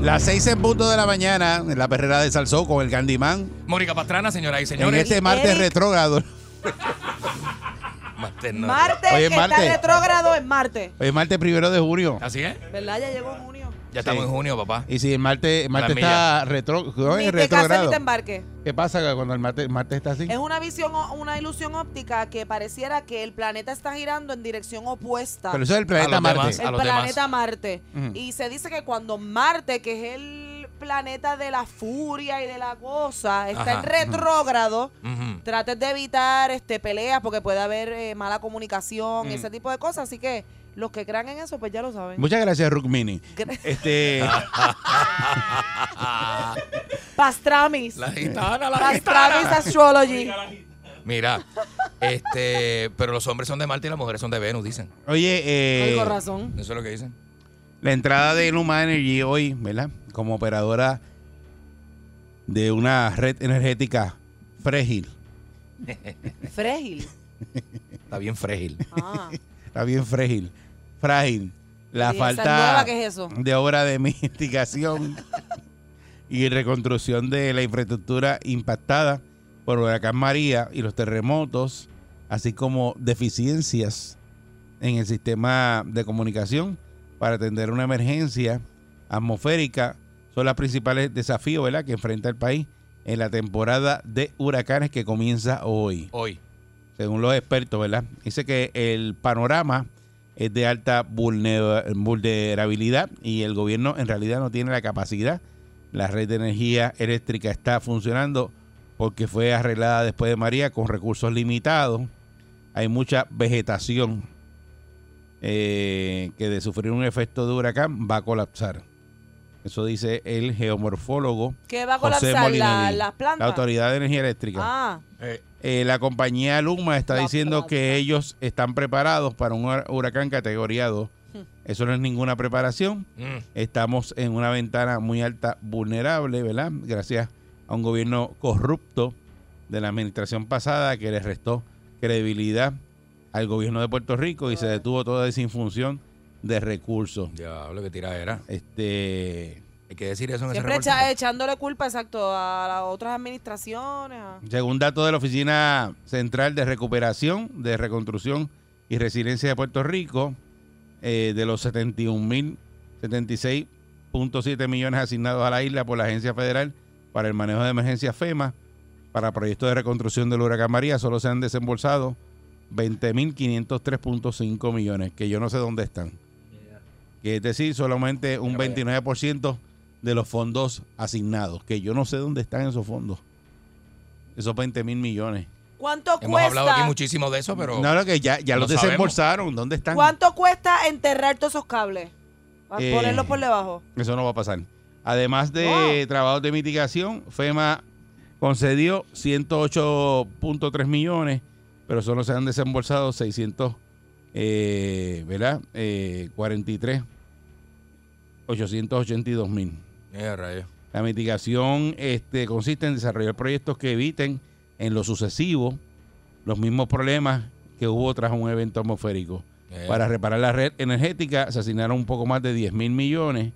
Las seis en punto de la mañana, en la perrera de Salsó con el Candyman. Mónica Pastrana, señoras y En señores. este martes Eric. retrógrado. Martes no. Marte, Oye, que Marte. está retrógrado en Marte. Hoy es martes primero de junio. Así es. ¿Verdad? Ya llegó junio. Ya estamos Sí. en junio, papá. Y si el martes, el martes Las está retro, ¿no? ni Es te cases ni retrogrado. te embarques. ¿Qué pasa cuando el martes, el martes está así? Es una visión, o- una ilusión óptica que pareciera que el planeta está girando en dirección opuesta. Pero eso es el planeta los demás. Marte. a el los planeta Marte. Ujú. Y se dice que cuando Marte, que es el planeta de la furia y de la cosa, está Ajá. en retrógrado, Ujú. trates de evitar este peleas porque puede haber eh, mala Mm. comunicación, ese tipo de cosas. Así que los que crean en eso, pues ya lo saben. Muchas gracias, Rukmini. Gra- Este, Pastramis. La gitana, la Pastramis gitana. Astrology. Mira, este, pero los hombres son de Marte y las mujeres son de Venus, dicen. oye, eh, Con razón. Eso es lo que dicen. la entrada de Luma Energy hoy, ¿verdad? Como operadora de una red energética frágil. Frágil. Está bien frágil. Ah. Está bien frágil. Frágil. La Sí, esa falta nueva, ¿qué es eso? de obra de mitigación y reconstrucción de la infraestructura impactada por huracán María y los terremotos, así como deficiencias en el sistema de comunicación para atender una emergencia atmosférica son los principales desafíos ¿verdad? que enfrenta el país en la temporada de huracanes que comienza hoy Hoy. según los expertos, ¿verdad? Dice que el panorama es de alta vulnera- vulnerabilidad y el gobierno en realidad no tiene la capacidad. La red de energía eléctrica está funcionando porque fue arreglada después de María con recursos limitados. Hay mucha vegetación eh, que de sufrir un efecto de huracán va a colapsar. Eso dice el geomorfólogo, ¿Qué va a José colapsar? La, Molinelli. las la plantas. Autoridad de Energía Eléctrica. Ah, Eh, la compañía Luma está La diciendo plata. que ellos están preparados para un hur- huracán categoría 2. Eso no es ninguna preparación. Mm. Estamos en una ventana muy alta, vulnerable, ¿verdad? Gracias a un gobierno corrupto de la administración pasada que le restó credibilidad al gobierno de Puerto Rico y se detuvo toda esa infunción de recursos. Diablo, qué tiradera. Este, Hay que decir eso en siempre ese echa- reporte. echándole culpa, exacto, a las otras administraciones. a- Según datos de la Oficina Central de Recuperación, de Reconstrucción y Resiliencia de Puerto Rico, eh, de los 71.076.7 millones asignados a la isla por la Agencia Federal para el Manejo de Emergencias FEMA, para proyectos de reconstrucción del huracán María, solo se han desembolsado 20.503.5 millones, que yo no sé dónde están. Que es decir, solamente un 29% de los fondos asignados, que yo no sé dónde están esos fondos. Esos 20 mil millones. ¿Cuánto Hemos hablado aquí cuesta? muchísimo de eso, pero. no, no, que ya, ya no los sabemos. desembolsaron. ¿Dónde están? ¿Cuánto cuesta enterrar todos esos cables? A Eh. Ponerlos por debajo. Eso no va a pasar. Además de trabajos de mitigación, FEMA concedió 108.3 millones, pero solo se han desembolsado 600, eh, ¿verdad? Eh, 43, 882 mil. Eh, rayos. La mitigación este, consiste en desarrollar proyectos que eviten en lo sucesivo los mismos problemas que hubo tras un evento atmosférico. Eh. Para reparar la red energética se asignaron un poco más de 10 mil millones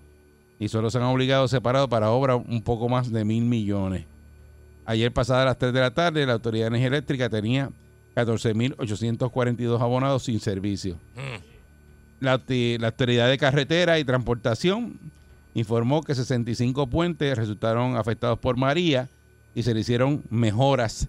y solo se han obligado separado para obra un poco más de mil millones. Ayer pasada a las 3 de la tarde la Autoridad de Energía Eléctrica tenía 14.842 abonados sin servicio. Mm. La, auti- la Autoridad de Carretera y Transportación informó que 65 puentes resultaron afectados por María y se le hicieron mejoras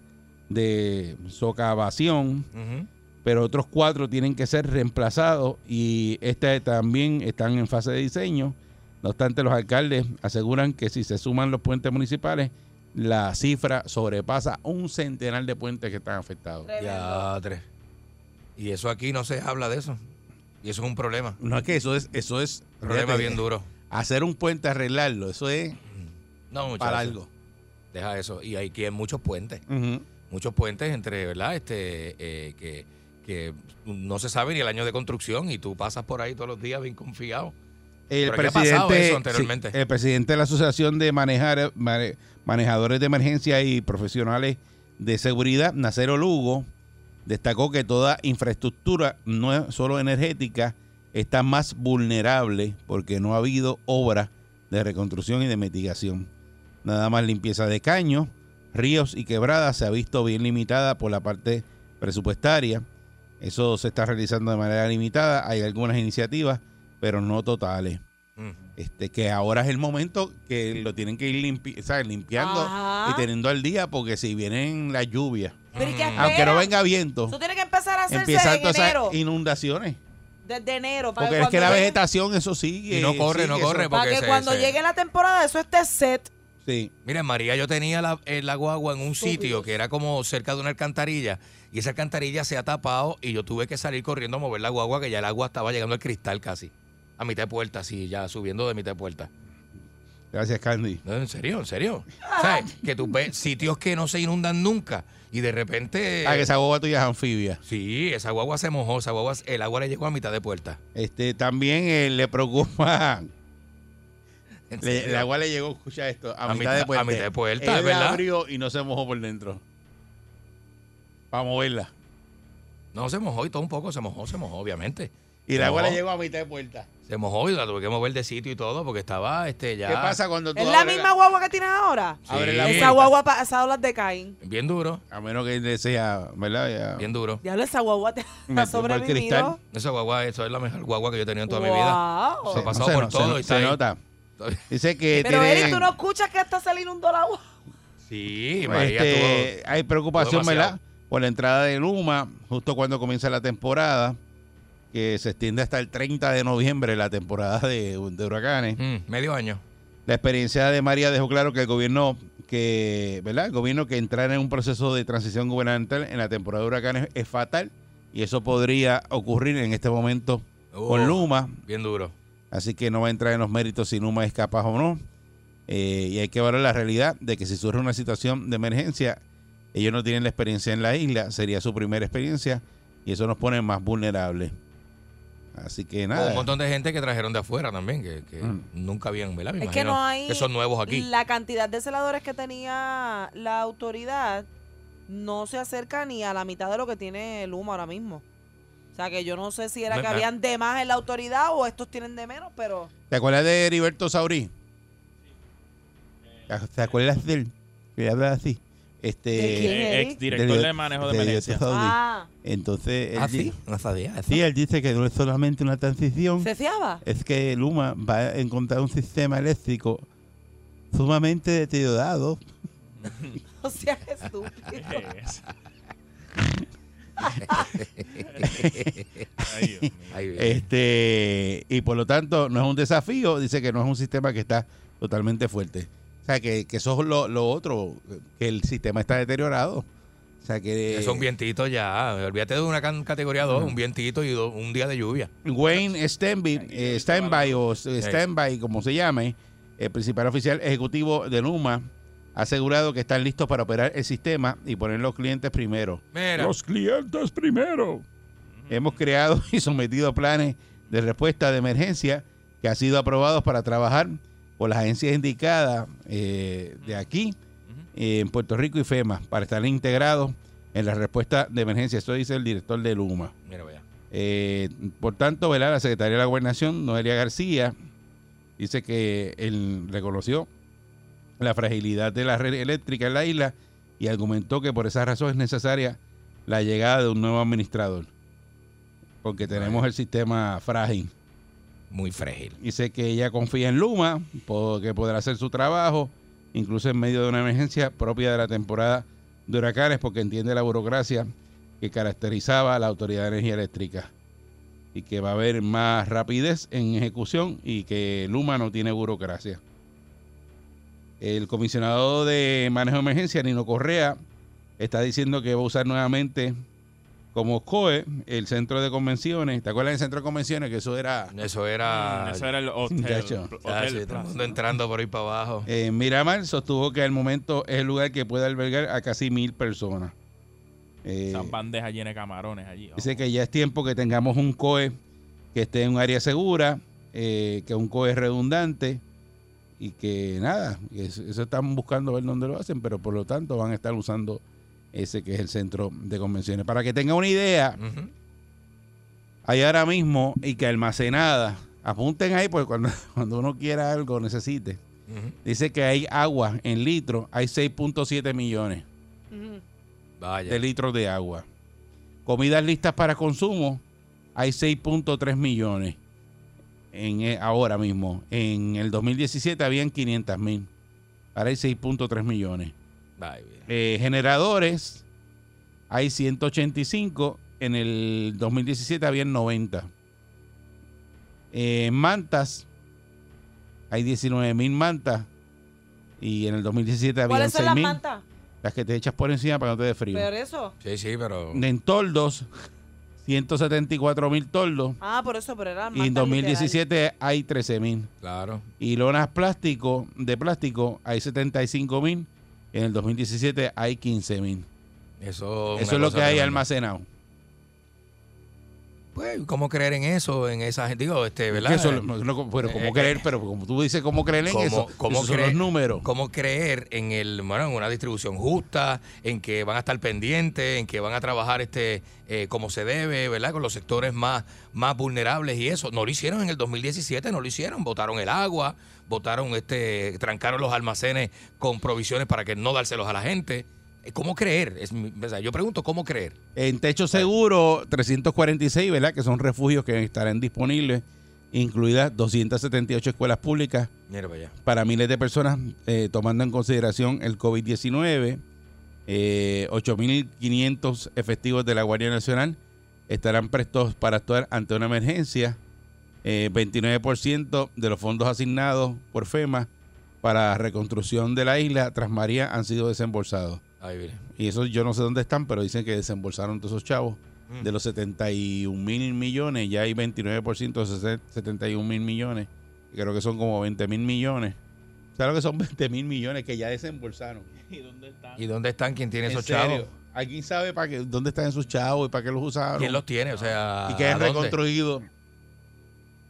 de socavación, Ujú. pero otros cuatro tienen que ser reemplazados y este también están en fase de diseño. No obstante, los alcaldes aseguran que si se suman los puentes municipales, la cifra sobrepasa un centenar de puentes que están afectados. Ya, tres. Y eso aquí no se habla de eso. Y eso es un problema. No es que eso es, eso es Un problema fíjate, bien duro. Hacer un puente, arreglarlo, eso es No, muchachos. para algo. Deja eso. Y aquí hay muchos puentes. Ujú. Muchos puentes entre, ¿verdad? Este, eh, que, que no se sabe ni el año de construcción y tú pasas por ahí todos los días bien confiado. El Pero aquí ha pasado presidente, eso anteriormente. sí, el presidente de la Asociación de Manejar- Mane- Manejadores de Emergencia y Profesionales de Seguridad, Nacero Lugo, destacó que toda infraestructura, no es solo energética, está más vulnerable porque no ha habido obra de reconstrucción y de mitigación. Nada más limpieza de caños, ríos y quebradas se ha visto bien limitada por la parte presupuestaria. Eso se está realizando de manera limitada. Hay algunas iniciativas, pero no totales Mm. este que ahora es el momento que lo tienen que ir limpi- ¿sabes? limpiando Ajá. y teniendo al día porque si vienen las lluvias, Pero ¿y qué Mm. aunque no Espera. venga viento, Eso tiene que empezar a hacerse empiezan en todas esas enero. inundaciones. Desde enero. Para Porque es que la cuando- vegetación, eso sigue. Y no corre, no sigue, corre, eso- Para Porque que se- cuando se- llegue la temporada, eso esté set. sí. Mira, en María, yo tenía la, eh, la guagua en un sitio que era como cerca de una alcantarilla y esa alcantarilla se ha tapado y yo tuve que salir corriendo a mover la guagua que ya el agua estaba llegando al cristal casi. A mitad de puerta, sí, ya subiendo de mitad de puerta. Gracias, Candy. No, en serio, en serio. ¿Sabes? Que tú ves sitios que no se inundan nunca y de repente... Ah, que esa boba tuya es anfibia. Sí, esa guagua se mojó, esa guagua, el agua le llegó a mitad de puerta. Este, también eh, le preocupa. En le- serio. el agua le llegó, escucha esto, a, A mitad, mitad- de a puerta. mitad de puerta, Él es la verdad. abrió y no se mojó por dentro. Para moverla. No, se mojó y todo un poco, se mojó, se mojó, obviamente. Y el Se agua le mojó. llegó a mitad de puerta. Se mojó y la tuve que mover de sitio y todo porque estaba este ya... ¿Qué pasa cuando tú Es la abres misma guagua que tiene ahora. Sí. Abre la Esa puerta. guagua ha pasado las de Caín. Bien duro, A menos que él sea, ¿verdad? Ya. bien duro. Diablo, esa guagua te Me ha tiró por el cristal. sobrevivido. Esa guagua, eso es la mejor guagua que yo he tenido en toda mi vida. Wow. Eso ha pasado se por no- todo se no- y Se, está ahí. nota. Dice que Pero tiene- este, Eric, tú no escuchas que hasta se le inundó la agua. Sí, María este, estuvo- hay preocupación, estuvo ¿verdad? demasiado. Por la entrada de Luma, justo cuando comienza la temporada, que se extiende hasta el 30 de noviembre, la temporada de, de huracanes. Mm, medio año. La experiencia de María dejó claro que el gobierno que, ¿verdad? El gobierno que entrara en un proceso de transición gubernamental en la temporada de huracanes es fatal y eso podría ocurrir en este momento Oh, con Luma, Bien duro. Así que no va a entrar en los méritos si Numa es capaz o no. Eh, y hay que valorar la realidad de que si surge una situación de emergencia, ellos no tienen la experiencia en la isla, sería su primera experiencia y eso nos pone más vulnerables. Así que Con nada. Un montón de gente que trajeron de afuera también, que, que Ah. Mm. nunca habían, ¿verdad? Me Es que imagino no hay- Que son nuevos aquí. La cantidad de celadores que tenía la autoridad no se acerca ni a la mitad de lo que tiene Luma ahora mismo. O sea que yo no sé si era Me- que me- habían de más en la autoridad o estos tienen de menos, pero ¿Te acuerdas de Heriberto Saurí? ¿Te acuerdas de él? Que le hablaba así. Este, ¿De quién? Eh, Eric? ex director de manejo de Heriberto emergencia. Saurí. ah, Entonces, él, Ah, di- sí, no sabía. eso. sí, él dice que no es solamente una transición. se fiaba. es que Luma va a encontrar un sistema eléctrico sumamente deteriorado O sea, estúpido. Es. Ay, Dios mío. Ahí viene. este y por lo tanto no es un desafío dice que no es un sistema que está totalmente fuerte o sea que, que eso es lo, lo otro que el sistema está deteriorado o sea que Que son vientitos ya. Olvídate de una can- categoría 2, un vientito y do- un día de lluvia. Wayne Stenby, eh, Standby o Standby, como se llame, el principal oficial ejecutivo de Luma, ha asegurado que están listos para operar el sistema y poner los clientes primero. Mira. Los clientes primero. Hemos creado y sometido planes de respuesta de emergencia que han sido aprobados para trabajar por las agencias indicadas eh, de aquí, eh, en Puerto Rico y FEMA, para estar integrados en la respuesta de emergencia. Eso dice el director de Luma. Mira, vaya. Eh, por tanto, ¿verdad? la secretaria de la Gobernación, Noelia García, dice que él reconoció la fragilidad de la red eléctrica en la isla y argumentó que por esa razón es necesaria la llegada de un nuevo administrador, porque tenemos el sistema frágil. Muy frágil. Dice que ella confía en Luma, po- que podrá hacer su trabajo, incluso en medio de una emergencia propia de la temporada de huracanes porque entiende la burocracia que caracterizaba a la Autoridad de Energía Eléctrica y que va a haber más rapidez en ejecución y que Luma no tiene burocracia. El comisionado de manejo de emergencia, Nino Correa, está diciendo que va a usar nuevamente como COE el centro de convenciones. ¿Te acuerdas del centro de convenciones? Que eso era Eso era. Mm, Eso era el Ya hotel. hecho. pl- Ah, sí, hotel todo el plaza. mundo entrando por ahí para abajo. Eh, Miramar sostuvo que al momento es el lugar que puede albergar a casi mil personas. Eh, Esas bandejas llenas de camarones allí. dice que ya es tiempo que tengamos un COE que esté en un área segura, eh, que un COE redundante y que nada, eso, eso están buscando ver dónde lo hacen, pero por lo tanto van a estar usando ese que es el centro de convenciones. Para que tenga una idea, Ujú. hay ahora mismo y que almacenada, apunten ahí porque cuando, cuando uno quiera algo necesite. Ujú. Dice que hay agua en litros, hay 6.7 millones Ujú. Vaya. de litros de agua. Comidas listas para consumo, hay 6.3 millones en, eh, ahora mismo. En el 2017 habían 500 mil, ahora hay 6.3 millones. Ay, bien. Eh, generadores, hay 185, en el 2017 habían 90. Eh, mantas, hay 19 mil mantas. Y en el 2017 habían ¿Cuáles son las 6.000. mantas? Las que te echas por encima para que no te dé frío. Pero eso. Sí, sí, pero. En toldos, 174 mil toldos. Ah, por eso, pero eran mantas. Y en literal. 2017 hay 13 mil. Claro. Y lonas plástico, de plástico hay 75 mil. En el 2017 hay 15 mil. Eso, una Eso es lo cosa que hay tremenda. almacenado. Pues, ¿cómo creer en eso? En esa gente, digo, este, ¿verdad? Que eso lo- no, pero Eh, como eh, creer, pero como tú dices, ¿cómo creer en ¿Cómo- eso? cómo Esos son cree- los números. cómo creer en el bueno, en una distribución justa, en que van a estar pendientes, en que van a trabajar este eh, como se debe, ¿verdad? Con los sectores más, más vulnerables y eso. No lo hicieron en el 2017, no lo hicieron. Votaron el agua, votaron este, trancaron los almacenes con provisiones para que no dárselos a la gente. Eh, ¿Cómo creer? Es mi- o sea, yo pregunto, ¿cómo creer? En techo seguro, 346, ¿verdad? Que son refugios que estarán disponibles, incluidas 278 escuelas públicas, Mira para allá. para miles de personas, eh, tomando en consideración el COVID-19. eh, 8.500 efectivos de la Guardia Nacional estarán prestos para actuar ante una emergencia. Eh, 29% de los fondos asignados por FEMA para reconstrucción de la isla tras María han sido desembolsados. Ahí viene. Y eso yo no sé dónde están, pero dicen que desembolsaron todos esos chavos. Mm. De los 71 mil millones, ya hay 29% de esos 71 mil millones. Creo que son como 20 mil millones. ¿Sabes lo que son 20 mil millones que ya desembolsaron? ¿Y dónde están? ¿Y dónde están? ¿Quién tiene En esos serio. chavos? ¿Alguien sabe para qué, dónde están esos chavos y para qué los usaron? ¿Quién los tiene? O sea, y que ¿a es dónde? reconstruido.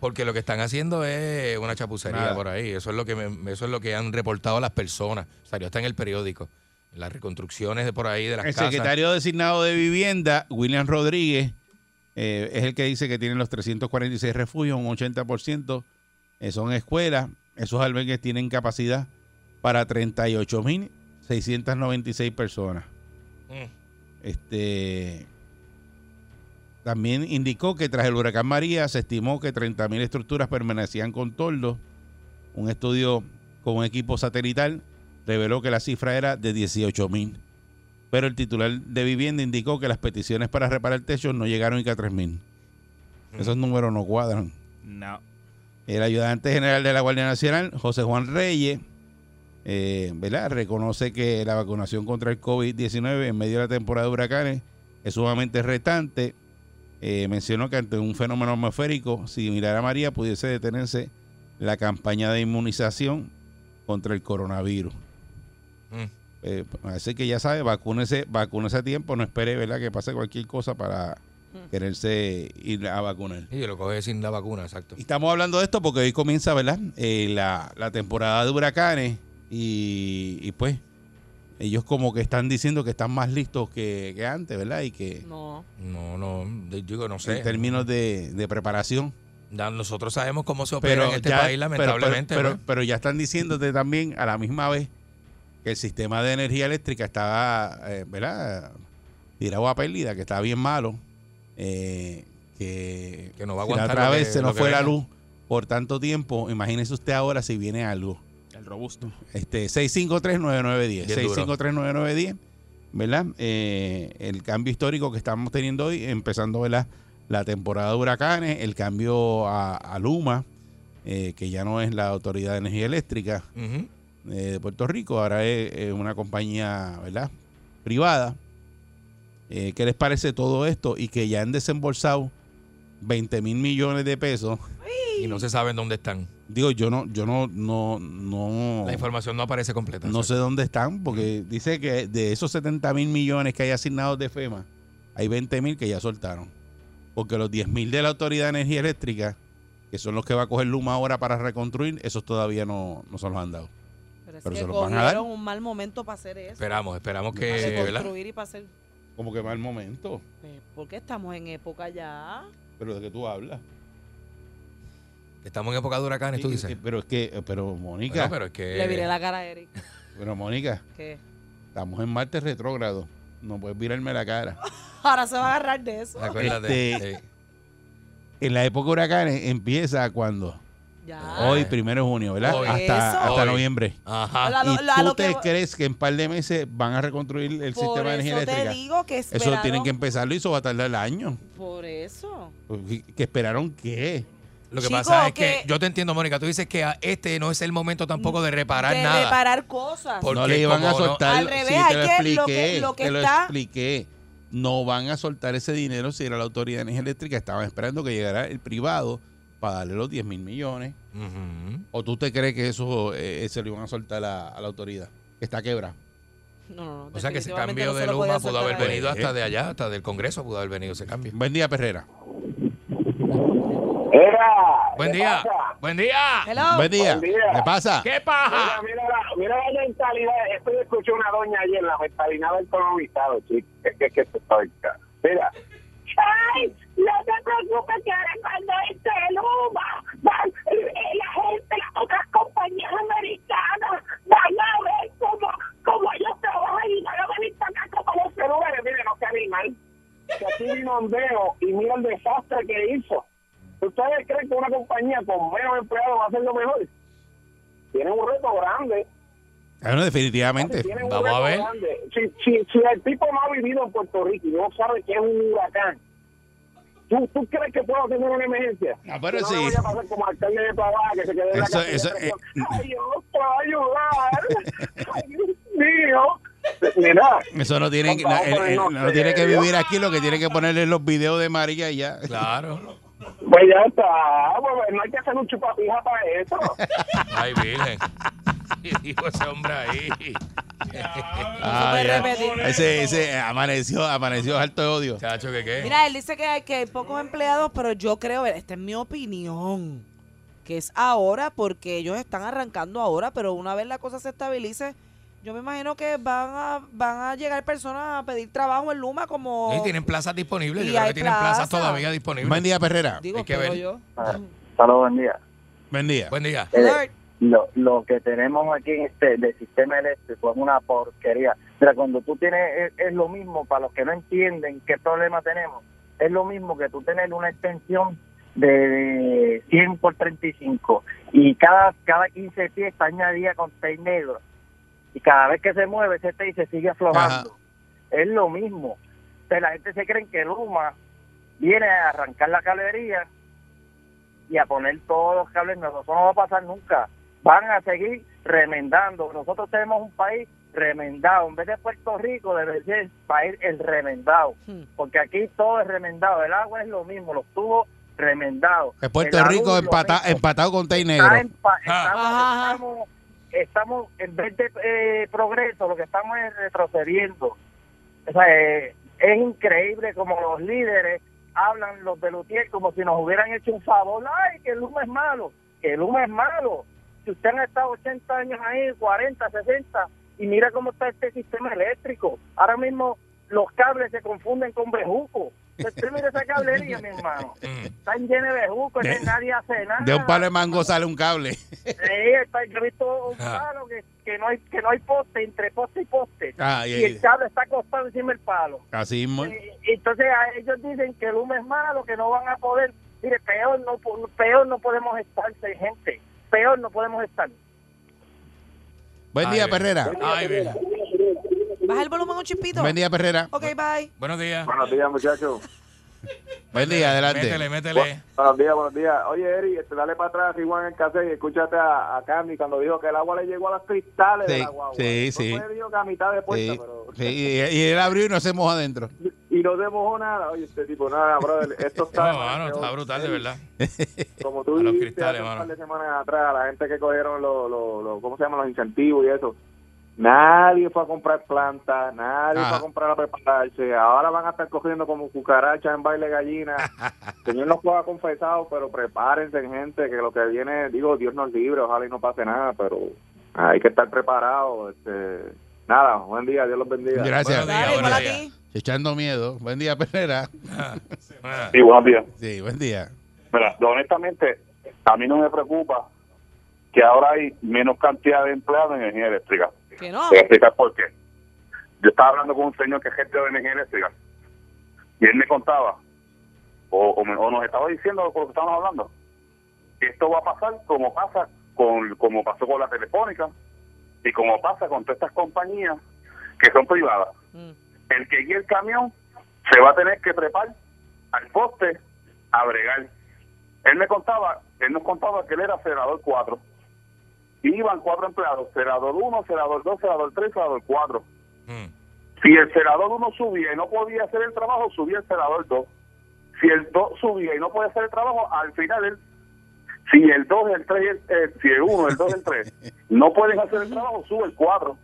Porque lo que están haciendo es una chapucería Nada. por ahí. Eso es lo que me- eso es lo que han reportado las personas. Salió hasta en el periódico. Las reconstrucciones de por ahí de las El casas. secretario designado de Vivienda, William Rodríguez, eh, es el que dice que tienen los 346 refugios, un 80% eh, son escuelas. Esos albergues tienen capacidad para 38.696 personas. Mm, Este también indicó que tras el huracán María se estimó que 30.000 estructuras permanecían con toldos. Un estudio con un equipo satelital reveló que la cifra era de 18.000. Pero el titular de vivienda indicó que las peticiones para reparar techos no llegaron ni que a 3.000. Esos números no cuadran. No. El ayudante general de la Guardia Nacional, José Juan Reyes, eh, ¿verdad? reconoce que la vacunación contra el COVID-19 en medio de la temporada de huracanes es sumamente retante. Eh, mencionó que ante un fenómeno atmosférico similar a María pudiese detenerse la campaña de inmunización contra el coronavirus. mm. Eh, así que ya sabe, vacúnese, vacúnese a tiempo, no espere ¿verdad? que pase cualquier cosa para quererse ir a vacunar. Y lo coge sin la vacuna, exacto. Y estamos hablando de esto porque hoy comienza, ¿verdad? Eh, la, la temporada de huracanes y, y, pues ellos como que están diciendo que están más listos que, que antes, ¿verdad? Y que No. No, no, de- digo, no sé. en términos de, de preparación. Da- Nosotros sabemos cómo se opera Pero en este ya, país, pero- pero, lamentablemente. pero, pues. pero ya están diciéndote también a la misma vez que el sistema de energía eléctrica estaba, eh, ¿verdad? Tirado a pérdida, que está bien malo. eh, que, Que no va a si la aguantar otra lo vez que- se lo nos que fue la venga. luz por tanto tiempo. Imagínese usted ahora si viene algo. El robusto. Este, 653-9910. Bien duro. 653-9910. ¿verdad? Eh, el cambio histórico que estamos teniendo hoy, empezando ¿verdad? la temporada de huracanes, el cambio a, a Luma, eh, que ya no es la Autoridad de Energía Eléctrica Ujú. eh, de Puerto Rico, ahora es, eh, una compañía ¿verdad? privada. Eh, ¿Qué les parece todo esto? Y que ya han desembolsado 20 mil millones de pesos. Y no se saben dónde están. Digo, yo no, yo no, no, no. La información no aparece completa. No sé Exacto. dónde están, porque dice que de esos 70 mil millones que hay asignados de FEMA, hay 20 mil que ya soltaron. Porque los 10 mil de la Autoridad de Energía Eléctrica, que son los que va a coger Luma ahora para reconstruir, esos todavía no, no se los han dado. Pero es Pero que se los van a dar. cogieron un mal momento para hacer eso. Esperamos, esperamos que. para ¿verdad? reconstruir y para hacer... Como que mal momento. Pues, porque estamos en época ya. Pero de que tú hablas. Estamos en época de huracanes, tú Y- dices. y- Eh, pero es que, pero Mónica, Bueno, pero es que. Le viré la cara a Eric. pero Mónica, que estamos en martes retrógrado. No puedes virarme la cara. Ahora se va a agarrar de eso. Acuérdate. Este- sí. En la época de huracanes empieza cuando? Ya. Hoy, primero de junio, ¿verdad? Hoy. Hasta, Ah. Eso. hasta Hoy. noviembre. Ajá. La- A lo- ¿Y la- tú lo que te va- crees que en un par de meses van a reconstruir el Por sistema de energía eso te eléctrica? digo que esperaron. Eso tienen que empezarlo y eso va a tardar el año. Por eso. ¿Que esperaron qué? Lo que Chico, pasa es que, que- yo te entiendo, Mónica. Tú dices que a este no es el momento tampoco de reparar de nada. reparar cosas. Por- no Porque le iban a como no- soltar. Al revés, sí, hay te lo que- expliqué. lo que- lo que te lo está- expliqué. No van a soltar ese dinero si era la autoridad de energía eléctrica. Estaban esperando que llegara el privado para darle los 10 mil millones. Ujú. ¿O tú te crees que eso eh, se lo iban a soltar a, a la autoridad? Está quebrada. No, no, no. O sea que ese definitivamente cambio no de se lo podía Luma pudo haber soltar a él. venido nadie. hasta de allá, hasta del Congreso pudo haber venido ese cambio. Buen día, Perrera. Era. Buen ¿qué día. pasa? Buen día. Hello. Buen día. Buen día. ¿Qué pasa? ¿Qué Mira, paja? mira, la, mira la mentalidad. Esto yo escuché una doña ayer, la mentalidad del economizado, chicos. Es que, es que esto está bien caro. Mira. ¡Ay! No te preocupes que ahora cuando esté el UBA, van, eh, la gente, las otras compañías americanas, van a ver cómo, cómo ellos trabajan y van a venir para acá como los celulares. Mire, no se animal. Que aquí vino Andeo y mira el desastre que hizo. ¿Ustedes creen que una compañía con menos empleados va a hacer lo mejor? tienen un reto grande. Bueno, definitivamente. Tienen un Vamos reto a ver. grande. Si, si, si el tipo no ha vivido en Puerto Rico y no sabe que es un huracán, ¿tú, tú crees que puedo tener una emergencia? Ah, pero Que no sí. me vaya a pasar como alcalde de Pavá, que se quede en la Eso- casa y eso, de eh, presión. ¡Ay, Dios, puedo ayudar! ¡Ay, Dios mío! Mira, Eso no tiene, que- no, él- él no tiene que vivir aquí, lo que tiene que ponerle es los videos de María y ya. Claro. pues ya está. pues no hay que hacer un chupapija para eso. Ay, virgen. ¿Qué dijo ese hombre ahí? Ah, ya. repetir. Ese, ese amaneció, amaneció alto de odio. Chacho, ¿qué qué? Mira, él dice que hay, que hay pocos empleados, pero yo creo, esta es mi opinión, que es ahora porque ellos están arrancando ahora, pero una vez la cosa se estabilice, yo me imagino que van a, van a llegar personas a pedir trabajo en Luma como... Y tienen plazas disponibles. Yo Y creo hay que tienen plazas plaza. todavía disponibles. Buen día, Perrera. digo, hay que espero ver. yo. Saludos, buen día. Buen día. Buen día. Eh, Alert. lo, lo que tenemos aquí en este del sistema eléctrico es una porquería. Mira, cuando tú tienes, es, es lo mismo para los que no entienden qué problema tenemos, es lo mismo que tú tener una extensión de 100 por 35 y cada, cada 15 pies está añadida con 6 negros y cada vez que se mueve ese y se sigue aflojando. Es lo mismo. Pero la gente se cree que Luma viene a arrancar la cablería y a poner todos los cables nuevos. Eso no va a pasar nunca. Van a seguir remendando. Nosotros tenemos un país remendado. En vez de Puerto Rico, debe ser país el remendado. Hmm. Porque aquí todo es remendado. El agua es lo mismo, los tubos remendados. En Puerto El Rico arroz, lo empata- mismo. empatado con Tey Está Negro. empa- Ah. estamos, estamos, estamos, en vez de eh, progreso, lo que estamos es retrocediendo. O sea, eh, es increíble como los líderes hablan los de Lutier como si nos hubieran hecho un favor. ¡Ay, que el humo es malo! ¡Que el humo es malo! Si usted ha estado 80 años ahí, 40, 60, y mira cómo está este sistema eléctrico. Ahora mismo los cables se confunden con bejuco. Usted mira esa cablería, mi hermano. Están llenos de bejuco, Mm. De- nadie hace nada. De un palo de mango sale un cable. Sí, está, Eh, yo he visto un Ah. palo que, que, no hay, que no hay poste, entre poste y poste. Ah, y- y el cable está acostado encima del palo. Así mismo. Y- y entonces a ellos dicen que el humo es malo, que no van a poder. Mire, peor no, po- peor no podemos estar, gente. Peor no podemos estar. Buen día, Ay, Perrera. Ay, virgen. Baja el volumen un chispito. Buen día, Perrera. Ok, bye. Buenos días. Buenos días, muchachos. Buen día, Métele, adelante. métele. Buenos días, buenos días. Oye, Eri, este, dale para atrás a Juan el cassette y escúchate a, a Candy cuando dijo que el agua le llegó a los cristales Sí, de la guagua. sí, Eso sí. fue, dijo que a mitad de puerta, Sí, pero... sí, y, y él abrió y no se moja adentro. Y no se mojó nada. Oye, este tipo, nada, brother. Esto No, está... mano, está brutal, de verdad. Como tú A los dijiste cristales, hace un par mano. de semanas atrás, a la gente que cogieron los, los, los- ¿cómo se llaman? Los incentivos y eso. Nadie fue a comprar plantas, nadie Ajá. fue a comprar a prepararse. Ahora van a estar cogiendo como cucarachas en baile gallina. El Señor nos lo ha confesado, pero prepárense, gente, que lo que viene, digo, Dios nos libre, ojalá y no pase nada, pero hay que estar preparados. Este, nada, buen día, Dios los bendiga. Gracias. Buenos días, Dale, igual a buenos ti. Echando miedo. Buen día, Perrera. Ah, Sí, buenos días. Sí, buen día. Mira, honestamente, a mí no me preocupa que ahora hay menos cantidad de empleados en energía eléctrica. Que no. Te voy a explicar por qué. Yo estaba hablando con un señor que es jefe de energía eléctrica y él me contaba, o, o me- o nos estaba diciendo por lo que estábamos hablando, que esto va a pasar como pasa con como pasó con la telefónica y como pasa con todas estas compañías que son privadas. Mm. El que guía el camión se va a tener que trepar al poste a bregar. Él me contaba, él nos contaba que él era senador 4 iban cuatro empleados, cerador 1, cerador 2, cerador 3, cerador 4. mm. Si el cerador 1 subía y no podía hacer el trabajo, subía el cerador 2. Si el 2 subía y no podía hacer el trabajo, al final el, si el 2, el 3, el, eh, si el 1, el 2, el 3 no pueden hacer el trabajo, sube el 4.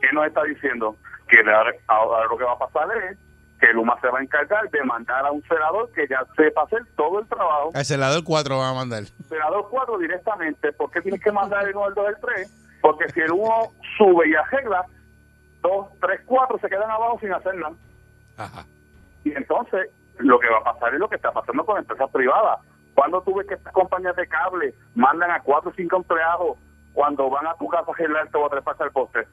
¿Qué nos está diciendo? Que ahora, ahora lo que va a pasar es que el UMA se va a encargar de mandar a un cerador que ya sepa hacer todo el trabajo Al celador 4 van a mandar. operador 4 directamente. ¿Por qué tienes que mandar el 1 al 2 al 3? Porque si el 1 sube y arregla, 2, 3, 4 se quedan abajo sin hacer nada. Ajá. Y entonces, lo que va a pasar es lo que está pasando con empresas privadas. Cuando tú ves que estas compañías de cable mandan a 4 o 5 empleados, cuando van a tu casa a arreglar, te va a traspasar el poste.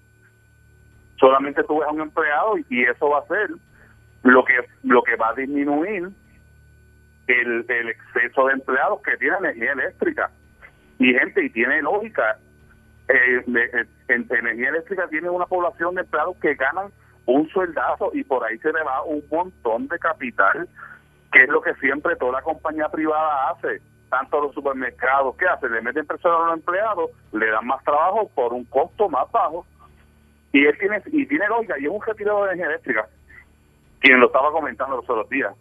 Solamente tú ves a un empleado y, y eso va a ser lo que, lo que va a disminuir el, el exceso de empleados que tiene energía eléctrica. Y gente, y tiene lógica. Eh, me- eh, en energía eléctrica tiene una población de empleados que ganan un sueldazo y por ahí se le va un montón de capital, que es lo que siempre toda la compañía privada hace. Tanto los supermercados, ¿qué hacen? Le meten personas a los empleados, le dan más trabajo por un costo más bajo. Y él tiene, y tiene lógica, y es un retirado de energía eléctrica, quien lo estaba comentando los otros días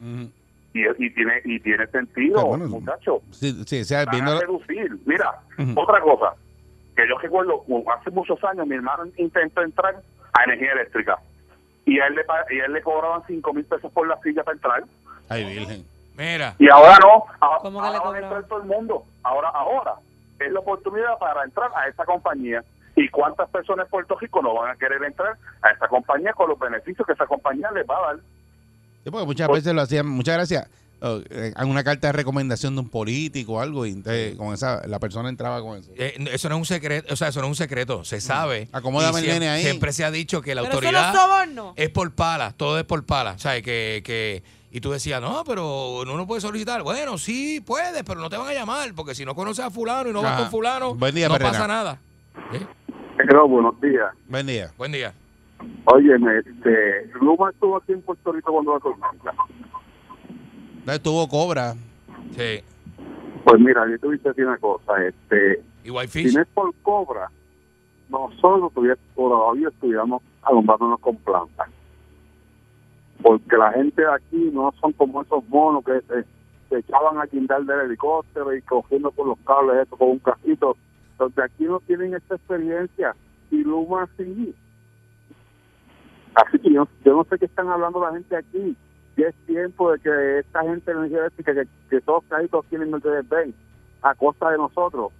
Ujú. y, y tiene y tiene sentido, Pero Ah, bueno, muchachos. Sí, sí, o sea, Van viendo a la- reducir. Mira, Ujú. otra cosa que yo recuerdo u- hace muchos años mi hermano intentó entrar a energía eléctrica y a él le pa- y a él le cobraban cinco mil pesos por la silla para entrar Ay, virgen. Mira, y ahora no. Ahora, ¿Cómo que le ahora va a cobraban? entrar todo el mundo. Ahora ahora es la oportunidad para entrar a esa compañía. ¿Y cuántas personas en Puerto Rico no van a querer entrar a esa compañía con los beneficios que esa compañía les va a dar? Sí, porque muchas veces lo hacían, muchas gracias. Oh, eh, una carta de recomendación de un político o algo y entonces con esa la persona entraba con eso. eh, no, eso no es un secreto, o sea, eso no es un secreto, se sabe. Mm. Acomódame Y el nene ahí. Siempre se ha dicho que la Pero eso autoridad los sobornos. es por pala, todo es por pala, ¿sabes? Que, que, y tú decías, no, pero uno puede solicitar. Bueno, sí, puedes, pero no te van a llamar, porque si no conoces a fulano y no vas Ajá. con fulano, Ah, Buen día, no Perrera. pasa nada. ¿Sí? buenos días. Buen día. Buen día. Óyeme, este, Luma estuvo aquí en Puerto Rico cuando la tormenta. Entonces tuvo cobra. Sí. Pues mira, yo te voy a decir una cosa, este, Y Whitefish. si no es por cobra, nosotros todavía, todavía estuviéramos alumbrándonos con plantas. Porque la gente de aquí no son como esos monos que se, se echaban a guindar del helicóptero y cogiendo por los cables eso con un casquito. Los de aquí no tienen esa experiencia y Luma sí. Así que yo, yo no sé qué están hablando la gente aquí. Ya es tiempo de que esta gente de energía eléctrica, que, que todos caídos tienen Mercedes Benz, a costa de nosotros,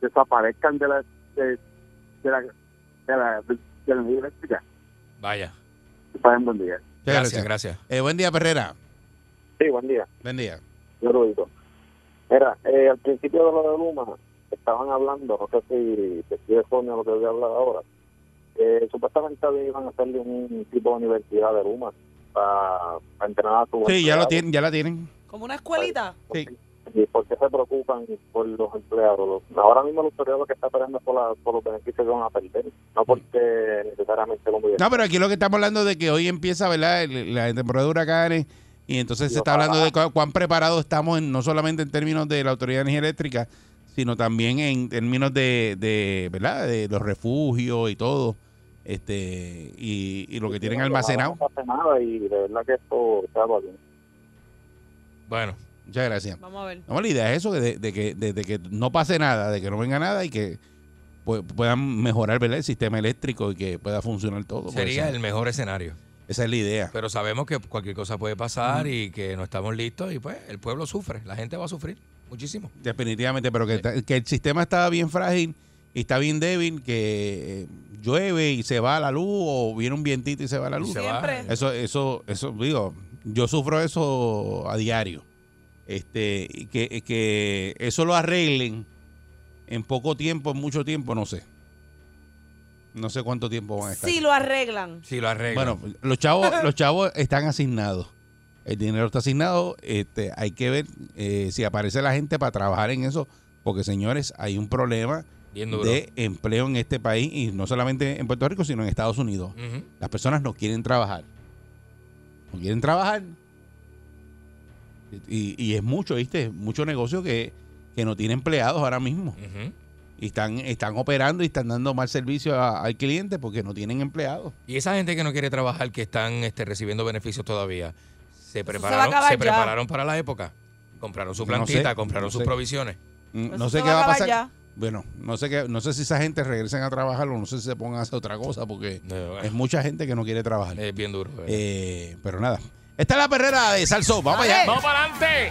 desaparezcan de la de, de la, de la, de la energía eléctrica. Vaya. Que pasen buen día. Muchas Gracias, gracias. Eh, buen día, Perrera. Sí, buen día. Buen día. Yo lo digo. Mira, eh, al principio de lo de Luma, estaban hablando, no sé si te quieres poner lo que voy a hablar ahora. Eh, supuestamente había- iban a hacerle un tipo de universidad de Luma para entrenar a su. Sí, ya lo tienen, ya la tienen. Como una escuelita. Sí. ¿Y por qué se preocupan por los empleados? Los- ahora mismo los empleados lo que están esperando es por, la- por los beneficios que van a perder, no porque necesariamente lo muy No, pero aquí lo que estamos hablando de que hoy empieza, ¿verdad? El- La temporada de huracanes y entonces se está hablando de cu- cuán preparados estamos, en- no solamente en términos de la Autoridad de Energía Eléctrica, sino también en términos de, de, ¿verdad? De los refugios y todo, este y, y lo que tienen almacenado. No hace nada y de verdad que esto está bien. Bueno. Muchas gracias. Vamos a ver. No, la idea es eso, que de, de que, de- de que no pase nada, de que no venga nada y que pu- puedan mejorar ¿verdad? el sistema eléctrico y que pueda funcionar todo. Pues Sería Pues esa- el mejor escenario. Esa es la idea. Pero sabemos que cualquier cosa puede pasar y que no estamos listos y pues el pueblo sufre, la gente va a sufrir muchísimo. Definitivamente, pero que, ta- que el sistema está bien frágil y está bien débil, que eh, llueve y se va la luz o viene un vientito y se va la Y luz. se va. Siempre. Eso, eso, eso, digo, yo sufro eso a diario. Este, y que, que eso lo arreglen en poco tiempo, en mucho tiempo, no sé. No sé cuánto tiempo van a estar. Si lo arreglan. Si lo arreglan. Bueno, los chavos, los chavos están asignados. El dinero está asignado. Este, hay que ver eh, si aparece la gente para trabajar en eso. Porque, señores, hay un problema bien duro. de empleo en este país. Y no solamente en Puerto Rico, sino en Estados Unidos. Ujú. Las personas no quieren trabajar. No quieren trabajar. Y, y es mucho, ¿viste? Mucho negocio que, que no tiene empleados ahora mismo. Ujú. Y están, están operando y están dando mal servicio a- al cliente porque no tienen empleados. Y esa gente que no quiere trabajar, que están este, recibiendo beneficios todavía, va se a prepararon, se, acabar ya. prepararon para la época. Compraron su No sé, plantita, compraron no sus sé. provisiones. Mm, Eso No se sé qué va a va a pasar. acabar ya. Bueno, no sé qué, no sé si esa gente regresen a trabajar o no sé si se pongan a hacer otra cosa porque No, es mucha gente que no quiere trabajar. Es bien duro. ¿verdad? Eh, pero nada. Esta es la perrera de Salso. Vamos allá. ¡Vamos para adelante!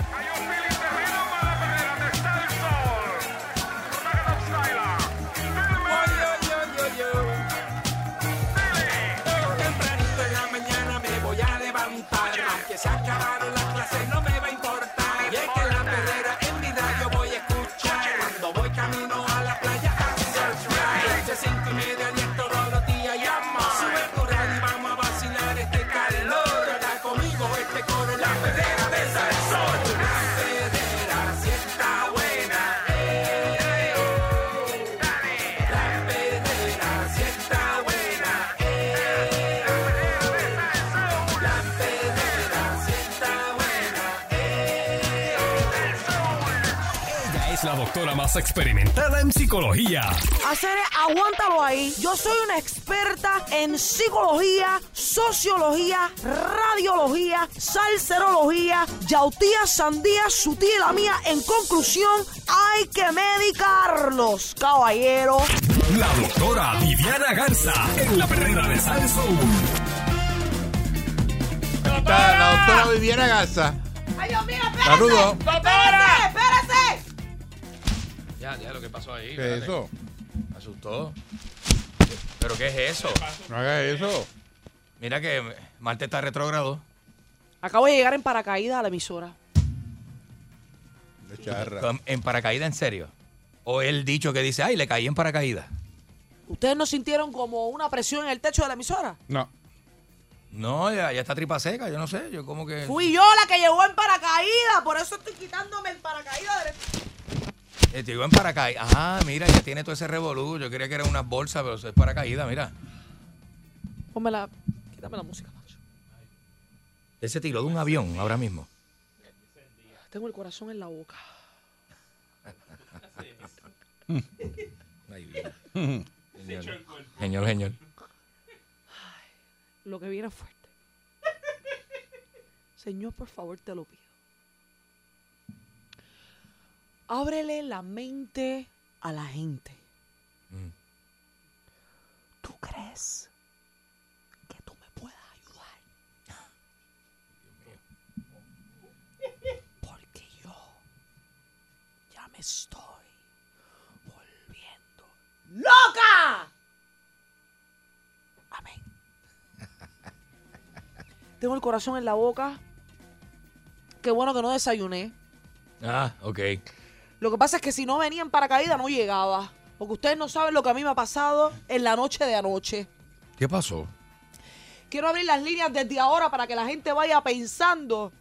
Tempranito en la mañana me voy a levantar. Aunque se acabaron las clases, no me va a importar. Y es que la perrera en mi radio voy a escuchar. Cuando voy camino a la playa, a surfear. Desde cinco y media, diez todos los días y amor. Sube tu radio y vamos a vacilar este calor. Está conmigo este coro, la perrera de Salsón. La perrera si está buena. eh, eh, oh. La perrera si está buena. eh, eh, oh. La perrera si está buena. eh, oh. Ella es la doctora más experimentada en psicología. Hacer, aguántalo ahí. Yo soy una experta en psicología, sociología, radiología, salserología, yautía, sandía, su tía y la mía. En conclusión, hay que medicarlos, caballero. La doctora Viviana Garza en la perrera de Salsoul. Aquí está la doctora Viviana Garza. Ay, Dios mío, espérate. Saludos. Espérate, espérate. Ya, ya lo que pasó ahí. ¿Qué es espérate. eso? Me asustó. ¿Pero qué es eso? No hagas eso. Mira que Marte está retrógrado. Acabo de llegar en paracaídas a la emisora. De charra. Con- ¿En paracaídas en serio? ¿O el dicho que dice, ay, le caí en paracaídas? ¿Ustedes no sintieron como una presión en el techo de la emisora? No. No, ya, ya está tripa seca, yo no sé, yo como que... Fui yo la que llegó en paracaídas, por eso estoy quitándome el paracaídas del... Eh, te digo en paracaídas. Ah, mira, ya tiene todo ese revolú. Yo creía que era unas bolsas, pero eso es paracaídas, mira. Ponme la... Quítame la música, macho. Él se tiró de un avión ahora mismo. Tengo el corazón en la boca. Ay, Dios. Señor, señor, señor. Lo que viene es fuerte. Señor, por favor, te lo pido. Ábrele la mente a la gente. Mm. ¿Tú crees que tú me puedas ayudar? Porque yo ya me estoy volviendo loca. Amén. Tengo el corazón en la boca. Qué bueno que no desayuné. Ah, ok. Lo que pasa es que si no venía en paracaídas no llegaba. Porque ustedes no saben lo que a mí me ha pasado en la noche de anoche. ¿Qué pasó? Quiero abrir las líneas desde ahora para que la gente vaya pensando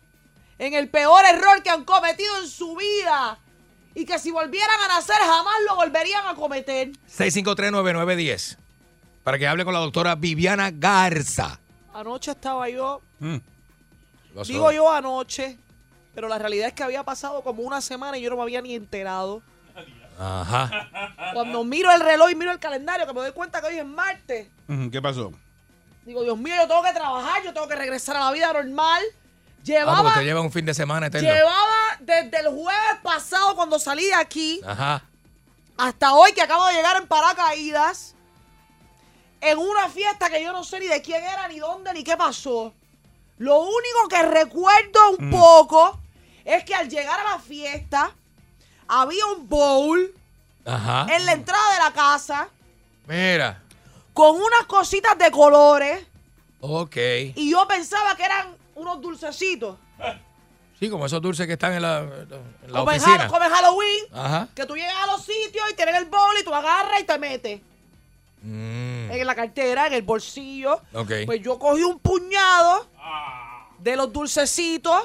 en el peor error que han cometido en su vida y que si volvieran a nacer jamás lo volverían a cometer. 6539910. Para que hable con la doctora Viviana Garza. Anoche estaba yo, Pasó. digo yo anoche, pero la realidad es que había pasado como una semana y yo no me había ni enterado. Ajá. Ah, Cuando miro el reloj y miro el calendario, que me doy cuenta que hoy es martes, Ujú, ¿Qué pasó? digo, Dios mío, yo tengo que trabajar, yo tengo que regresar a la vida normal. Ah, porque Llevaba, usted lleva un fin de semana eterno. llevaba desde el jueves pasado cuando salí de aquí Ajá. hasta hoy que acabo de llegar en paracaídas en una fiesta que yo no sé ni de quién era, ni dónde, ni qué pasó. Lo único que recuerdo Mm. un poco es que al llegar a la fiesta había un bowl Ajá. en la entrada de la casa Mira. con unas cositas de colores Ok. y yo pensaba que eran unos dulcecitos. Sí, como esos dulces que están en la, en la Como en oficina. Hall- como en Halloween, Ajá. que tú llegas a los sitios y tienes el bowl y tú agarras y te metes Mm, en la cartera, en el bolsillo. ok. Pues yo cogí un puñado de los dulcecitos,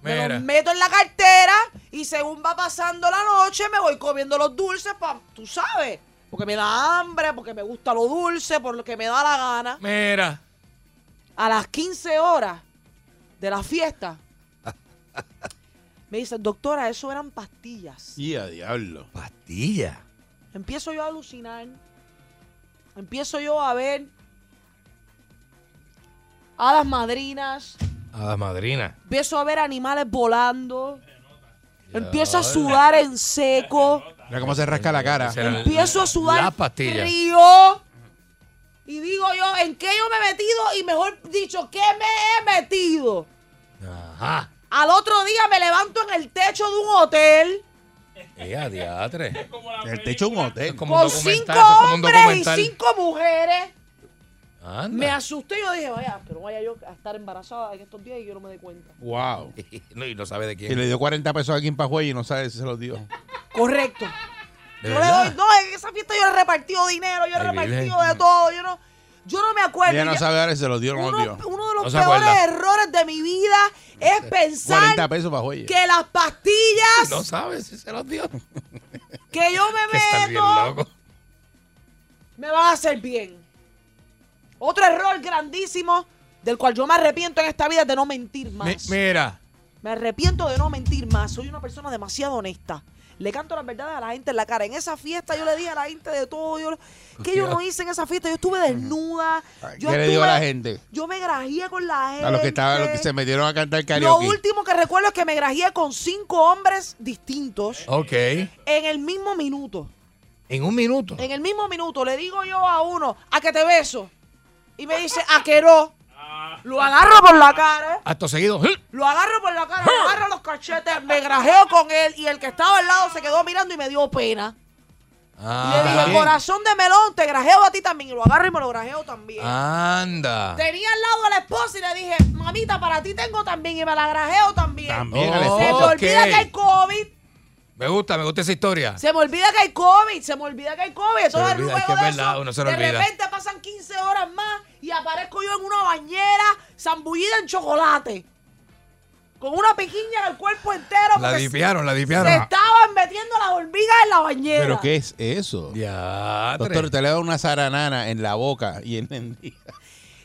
me Mira. los meto en la cartera y según va pasando la noche me voy comiendo los dulces, pa, tú sabes, porque me da hambre, porque me gusta lo dulce, por lo que me da la gana. Mira. A las 15 horas de la fiesta, me dicen, doctora, eso eran pastillas. Y a diablo. Pastilla. Empiezo yo a alucinar. Empiezo yo a ver a las madrinas. A la Ah, madrina. Empiezo a ver animales volando. Empiezo a sudar en seco. Mira cómo se rasca la cara. Esa era Empiezo a La sudar pastilla. frío. Y digo yo, ¿en qué yo me he metido? Y mejor dicho, ¿qué me he metido? Ajá. Al otro día me levanto en el techo de un hotel Ella, diatre. En el techo de un hotel. Como con Pues cinco documental, eso es como un hombres y documental. cinco mujeres. Anda. Me asusté y yo dije, vaya, que no vaya yo a estar embarazada en estos días y yo no me dé cuenta. Wow. no, y no sabe de Y quién. le dio 40 pesos a alguien para juego y no sabe si se los dio. Correcto. ¿De Yo le verdad? doy, no, en esa fiesta yo he repartido dinero, yo he Ay, repartido Virgen. de todo, yo no, yo no me acuerdo. Ella no Ya- sabe ahora si se los dio o no los uno, dio. uno de los No se peores acuerda. Este, errores de mi vida es 40 pensar pesos para juego. que Eh, las pastillas No sabe si se los dio. que yo me Que está bien meto loco. me van a hacer bien. Otro error grandísimo del cual yo me arrepiento en esta vida es de no mentir Mi- más. mira. Me arrepiento de no mentir más. Soy una persona demasiado honesta. Le canto las verdades a la gente en la cara. En esa fiesta yo le dije a la gente de todo. Yo, ¿Qué yo no hice en esa fiesta? Yo estuve desnuda. Yo ¿Qué le digo a la gente? Yo me grajeé con la gente. A los que estaban, los que se metieron a cantar eh, Lo karaoke. último que recuerdo es que me grajeé con cinco hombres distintos Oh. Ok. en el mismo minuto. En un minuto. En el mismo minuto le digo yo a uno, a que te beso. Y me dice, a que no. Lo agarro por la cara. Acto seguido. Lo agarro por la cara, lo agarro los cachetes, me grajeo con él y el que estaba al lado se quedó mirando y me dio pena. Ah, Le dije, bien. corazón de melón, te grajeo a ti también. Y lo agarro y me lo grajeo también. Ah. Anda. Tenía al lado a la esposa y le dije, mamita, para ti tengo también y me la grajeo también. También a la Se me esposa. Oh. olvida Ok. que hay COVID. Me gusta, me gusta esa historia. Se me olvida que hay COVID, se me olvida que hay COVID. Entonces, olvida, luego es que es de verdad, eso, uno se lo de olvida. repente pasan 15 horas más y aparezco yo en una bañera zambullida en chocolate. Con una piquiña en el cuerpo entero. La porque dipiaron, la se dipiaron. estaban metiendo las hormigas en la bañera. ¿Pero qué es eso? Diatre. Doctor, te le da una zaranana en la boca y en el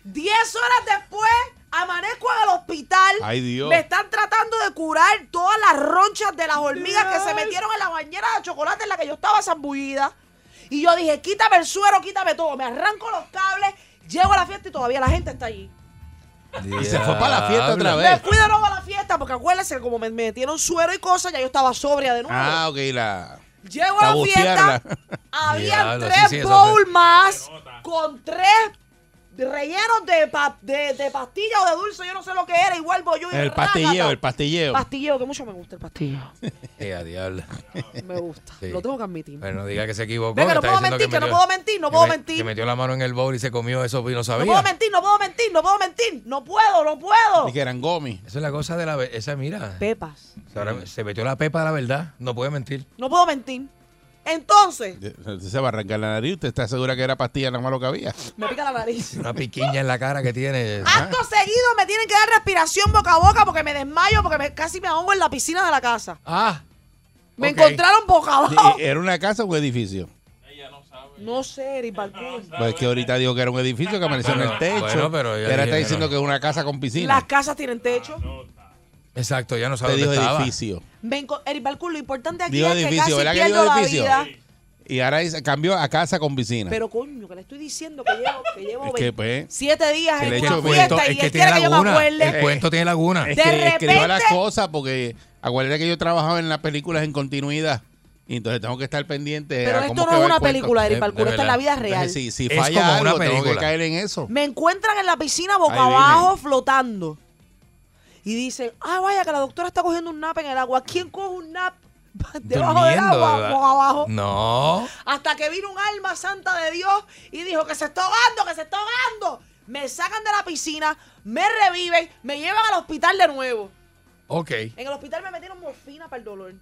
Diez horas después, amanezco en el hospital. Ay, Dios. Me están tratando de curar todas las ronchas de las hormigas que se metieron en la bañera de chocolate en la que yo estaba zambullida. Y yo dije, quítame el suero, quítame todo. Me arranco los cables, llego a la fiesta y todavía la gente está allí. Y se fue para la fiesta otra Diablo. Me vez. fui de nuevo a la fiesta porque acuérdense que como me metieron suero y cosas, ya yo estaba sobria de nuevo. Ah, ok, la. Llego a la Sabotearla. fiesta, había Diablo, sí, tres sí, eso bowl fue. más con tres rellenos de, pa- de, de pastilla o de dulce, yo no sé lo que era, igual voy yo y El rácata. pastilleo, el pastilleo. Pastilleo, que mucho me gusta el pastilleo. Ya, Eh, diablo. Me gusta, Sí. lo tengo que admitir. Pero no diga que se equivocó. Venga, no está puedo diciendo mentir, que no metió- puedo mentir, no que puedo me- mentir. Que metió la mano en el bowl y se comió eso y no No sabía. puedo mentir, no puedo mentir, no puedo mentir, no puedo, no puedo. Y que eran gomi. Esa es la cosa de la... ve- Esa, mira. Pepas, Ahora se metió la pepa de la verdad. No puede mentir. no puedo mentir. Entonces, Usted se va a arrancar la nariz. ¿Usted está segura que era pastilla nada más lo que había? me pica la nariz. Una piquiña en la cara que tiene. Acto seguido me tienen que dar respiración boca a boca porque me desmayo, porque me- casi me ahogo en la piscina de la casa. Ah, Me Ok. encontraron boca abajo. ¿E- ¿Era una casa o un edificio? No sé, Eric Balcón. Pues es que ahorita dijo que era un edificio que amaneció en el Bueno, techo. bueno, Ah, pero y ahora ya dije está que diciendo no. que es una casa con piscina. Las casas tienen techo. exacto, ya no sabe Usted dijo dónde estaba. edificio. Me enco- Eric Balcón, lo importante aquí Digo es edificio, que ¿verdad casi que pierdo digo la edificio? vida. Y ahora dice- cambió a casa con piscina. Pero coño, que le estoy diciendo que llevo, que llevo Es que, 20 pues, siete días que le en he una hecho fiesta cuento, y pues, es él que quiere tiene que yo me laguna. acuerde. Eh, El cuento tiene laguna. es De que escribió las repente- cosas porque acuérdate que yo trabajaba en las películas en continuidad. Y entonces tengo que estar pendiente. Pero a cómo esto no que es va una el cuento. película, Eric De- Balcón, de esto es la vida verdad. real. Entonces, si, si Eh, Es falla como una algo, tengo que película. caer en eso. Me encuentran en la piscina Ahí boca viene. abajo flotando. Y dicen, ah, vaya, que la doctora está cogiendo un nap en el agua. ¿Quién coge un nap debajo del Durmiendo, agua, ¿verdad? boca abajo? No. Hasta que vino un alma santa de Dios y dijo que se está ahogando, que se está ahogando. Me sacan de la piscina, me reviven, me llevan al hospital de nuevo. Ok. En el hospital me metieron morfina para el dolor.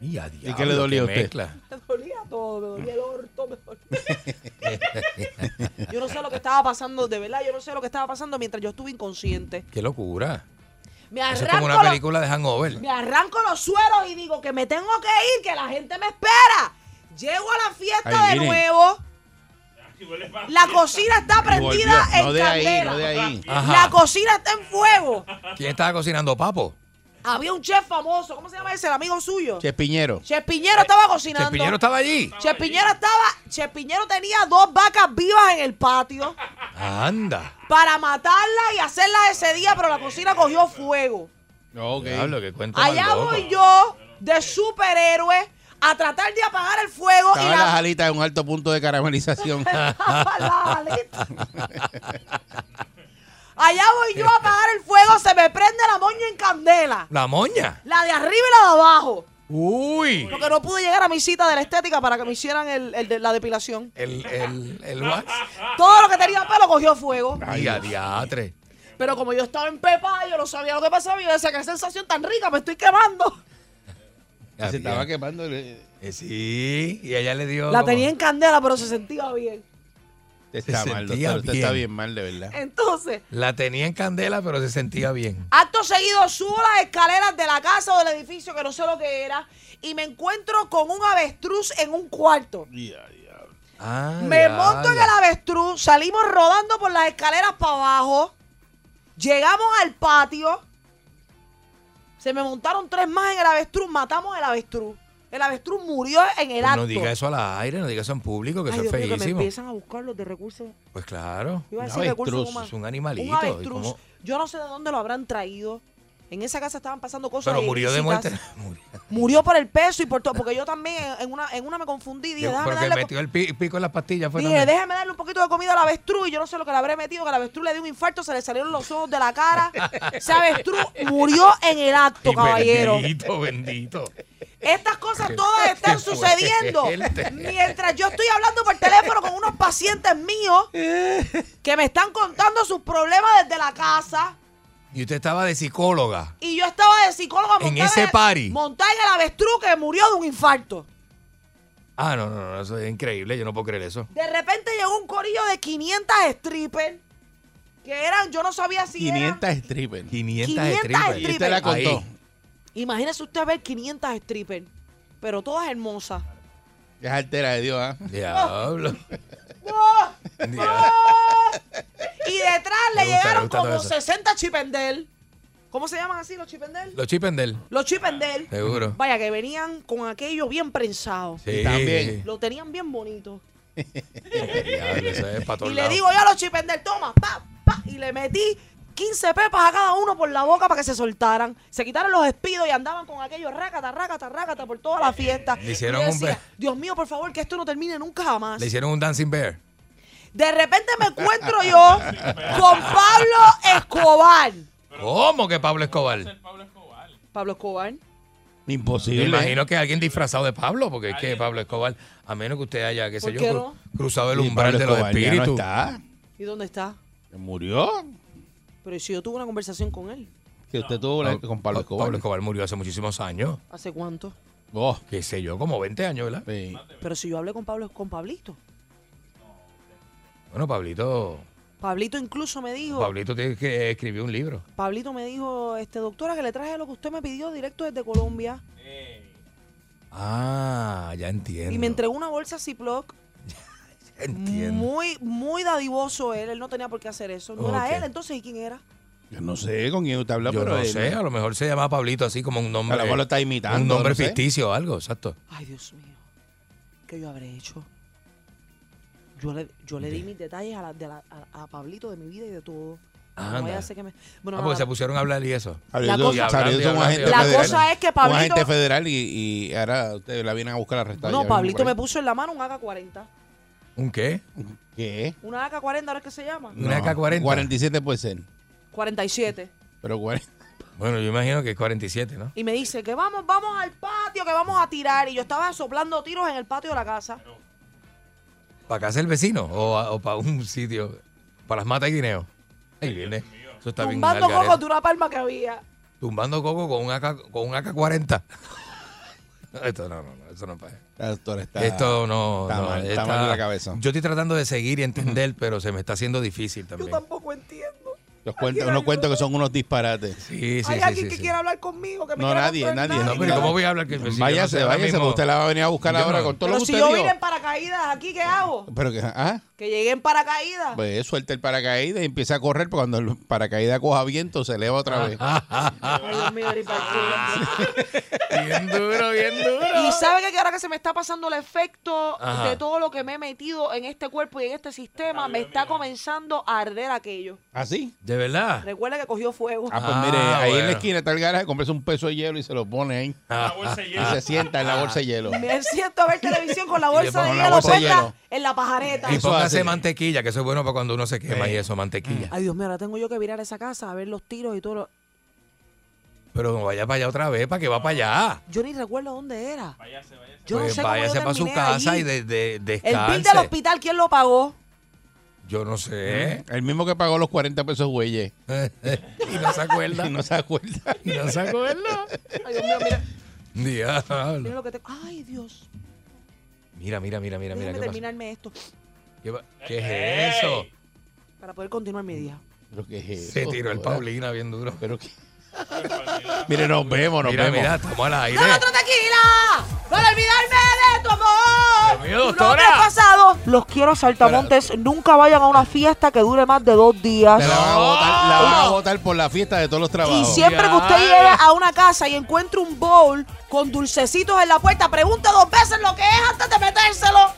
Y, a qué le diablo, dolía a qué usted? mezcla. Me dolía todo, me dolía el orto, me dolía- Yo no sé lo que estaba pasando, de verdad, yo no sé lo que estaba pasando mientras yo estuve inconsciente. Qué locura. Me Eso arranco, es como una los- película de hangover. me arranco los sueros y digo que me tengo que ir, que la gente me espera. Llego a la fiesta Ahí de viene. nuevo. La cocina está prendida Volvió. No en de ahí, candela. no de ahí. Ajá. La cocina está en fuego. ¿Quién estaba cocinando, papo? Había un chef famoso, ¿cómo se llama ese? El amigo suyo. Che Piñero. Chef Piñero estaba cocinando. Chespiñero estaba allí. Chef Piñero estaba, Chef Piñero tenía dos vacas vivas en el patio Anda. para matarlas y hacerlas ese día, pero la cocina cogió fuego. Ok. Diablo, qué cuento más Allá loco. voy yo de superhéroe a tratar de apagar el fuego y Estaba la- las alitas en un alto punto de caramelización. La aleta. Allá voy yo a apagar el fuego, se me prende la moña en candela. La moña. La de arriba y la de abajo. Uy. Porque no pude llegar a mi cita de la estética para que me hicieran el, el de- la depilación. El, el, el wax. Todo lo que tenía pelo cogió fuego. Ay, a diatre. Pero como yo estaba en pepa, yo no sabía lo que pasaba. Y yo decía, qué sensación tan rica, me estoy quemando. A Se estaba diatre. quemando. el- Eh, Sí, y ella le dio. La como- tenía en candela, pero se sentía bien. Está Se mal, sentía doctor. Usted está bien. bien mal, de Eh, verdad. Entonces, La tenía en candela, pero se sentía bien. Acto seguido subo las escaleras de la casa o del edificio, que no sé lo que era, y me encuentro con un avestruz en un cuarto. Ah, me monto en el diablo. avestruz, salimos rodando por las escaleras para abajo, llegamos al patio, se me montaron tres más en el avestruz, matamos el avestruz. El avestruz murió en el Pues acto. No diga eso al aire, no diga eso en público, que Ay, eso Dios es mío, que me feísimo. empiezan a buscar los de recursos. Pues claro. Iba a Un decir recursos avestruz, humanos. es un animalito, Un avestruz. ¿y cómo? Yo no sé de dónde lo habrán traído. En esa casa estaban pasando cosas. Pero murió de ilícitas. muerte. Murió. Murió por el peso y por todo. Porque yo también en- en una, en una me confundí. Dije, déjame Pero que darle, metió co- el pi- pico en las pastillas. Fue dije, también. déjame darle un poquito de comida al avestruz. Y yo no sé lo que le habré metido. Que al avestruz le dio un infarto, se le salieron los ojos de la cara. Ese avestruz murió en el acto, Y caballero. Bendito, bendito. Estas cosas todas están qué sucediendo fuerte. mientras yo estoy hablando por teléfono con unos pacientes míos que me están contando sus problemas desde la casa. Y usted estaba de psicóloga. Y yo estaba de psicóloga En montada ese el- party. montada en el avestruz que murió de un infarto. Ah, no, no, no, eso es increíble. Yo no puedo creer eso. De repente llegó un corillo de 500 strippers que eran, yo no sabía si eran- 500 strippers. 500, 500 strippers. Y usted la Ahí. contó. Imagínese usted ver 500 strippers, pero todas hermosas. Es altera de Dios, ¿ah? Diablo. ¡Ah! Diablo. Y detrás le Me gusta, me llegaron gusta como todo eso. 60 chipendel. ¿Cómo se llaman así los chipendel? Los chipen de él, Los chipendel. seguro. Vaya, que venían con aquello bien prensado. Sí. También. Lo tenían bien bonito. Diablo, eso es para todos Y le lados. digo yo a los chipendel, toma, pa, pa, y le metí 15 pepas a cada uno por la boca para que se soltaran. Se quitaron los espidos y andaban con aquellos rácata, rácata, rácata por toda la fiesta. Le hicieron Y yo un decía, be- Dios mío, por favor, que esto no termine nunca jamás. Le hicieron un dancing bear. De repente me encuentro yo con Pablo Escobar. ¿Cómo que Pablo Escobar? Pablo Escobar. Imposible. Me imagino que alguien disfrazado de Pablo, porque es que Pablo Escobar, a menos que usted haya, qué sé ¿Por yo, qué cru- cruzado el Y umbral Pablo de los Escobar ya no espíritus. está. ¿Y dónde está? Murió. Pero si yo tuve una conversación con él. Que usted tuvo una- con Pablo Escobar. Pablo Escobar murió hace muchísimos años. ¿Hace cuánto? Oh, qué sé yo, como 20 años, ¿verdad? sí. Pero si yo hablé con Pablo, con Pablito. Bueno, Pablito, Pablito incluso me dijo, Pablito tiene que escribir un libro. Pablito me dijo, este doctora, que le traje lo que usted me pidió directo desde Colombia. Ah, ya entiendo. Y me entregó una bolsa Ziploc. Entiendo. Muy, muy dadivoso él. Él no tenía por qué hacer eso. No Ok. era él, entonces, ¿y quién era? Yo no sé con quién usted habla, Yo pero no él- sé, a lo mejor se llama Pablito así como un nombre. A lo mejor lo está imitando, Un nombre no sé. ficticio o algo, exacto. Ay, Dios mío. ¿Qué yo habré hecho? Yo le, yo le di mis detalles a, la- de la- a- a Pablito de mi vida y de todo. Anda. No vaya a ser que me... Bueno, Ah, nada. porque se pusieron a hablar y eso. Pablito- La cosa- Pablito es un La agente la federal. cosa es que Un agente Pablito... federal y, y ahora ustedes la vienen a buscar arrestada. No, Pablito me puso. puso en la mano un AK-40. ¿Un qué? ¿Qué? Una AK-40, ahora es que se llama. ¿Una No, AK-40? 47 puede ser. 47. Pero 40. Bueno, yo imagino que es 47, ¿no? Y me dice que vamos, vamos al patio, que vamos a tirar. Y yo estaba soplando tiros en el patio de la casa. ¿Para casa del vecino o, a- o para un sitio? ¿Para las matas de guineo? Ahí viene. Eso está bien ¿eh? tumbando al garete. cocos de una palma que había. Tumbando coco con un AK, con un AK-40. Esto no, no, no, eso no pasa. La doctora está. Esto no. está no, mal, está esta- mal de la cabeza. Yo estoy tratando de seguir y entender, pero se me está haciendo difícil Yo también. tampoco entiendo. Los cuentos, unos cuentos que son unos disparates. Sí, sí, Hay sí, alguien sí, que sí. quiera hablar conmigo, que me No, quiera nadie, controlar. nadie, No, pero ¿cómo voy a hablar? Que, si yo no sé váyase, ahora váyase, mismo- porque usted la va a venir a buscar Yo ahora no. con todos Pero los si yo utensilios. vine en paracaídas, ¿aquí qué hago? Pero que, ah, Que llegué en paracaídas. pues suelta el paracaídas y empieza a correr, porque cuando el paracaídas coja viento se eleva otra vez. Ah, Ay, Dios mío, Ari Parkour. Bien duro, bien duro. Y sabe que ahora que se me está pasando el efecto Ajá. de todo lo que me he metido en este cuerpo y en este sistema, me está comenzando a arder aquello. ¿Así? De verdad. Recuerda que cogió fuego. Ah, pues Ah, mire, ahí en bueno. la esquina está el garaje, compres un peso de hielo y se lo pone ahí. Ah, Y se sienta en la bolsa de hielo. Me siento a ver televisión con la bolsa de pongo la hielo bolsa de puesta hielo. en la pajareta. Y Eso póngase hace. mantequilla, que eso es bueno para cuando uno se quema y eso, mantequilla. Ay, Dios mío, ahora tengo yo que virar esa casa a ver los tiros y todo. lo- Pero no vaya para allá otra vez, para que va para allá. Yo ni recuerdo dónde era. Yo Pues no sé cómo yo váyase para su terminé casa allí. y de, de- El bill descanse. del hospital, ¿quién lo pagó? Yo no sé. El mismo que pagó los 40 pesos, güey. y no se acuerda. Y no se acuerda. Y no se acuerda. Ay, Dios mío, mira, mira Diablo. lo que te... Ay, Dios. Mira, mira, mira, mira, mira. Déjame ¿Qué, pasó? terminarme esto ¿Qué, pa- qué es eso? para poder continuar mi día. Pero que es eso, Se tiró el joda. Paulina bien duro. Pero que... Mire, nos vemos, nos Mira, vemos. mira, estamos al aire. ¡Dame otra tequila! ¡Para olvidarme de tu amor! Dios mío, ¡Tu doctora. nombre pasado! Los quiero, saltamontes. Nunca vayan a una fiesta que dure más de dos días. Te la van a votar, la van a votar por la fiesta de todos los Y trabajos. siempre que usted llegue a una casa y encuentre un bowl con dulcecitos en la puerta, pregunte dos veces lo que es antes de metérselo.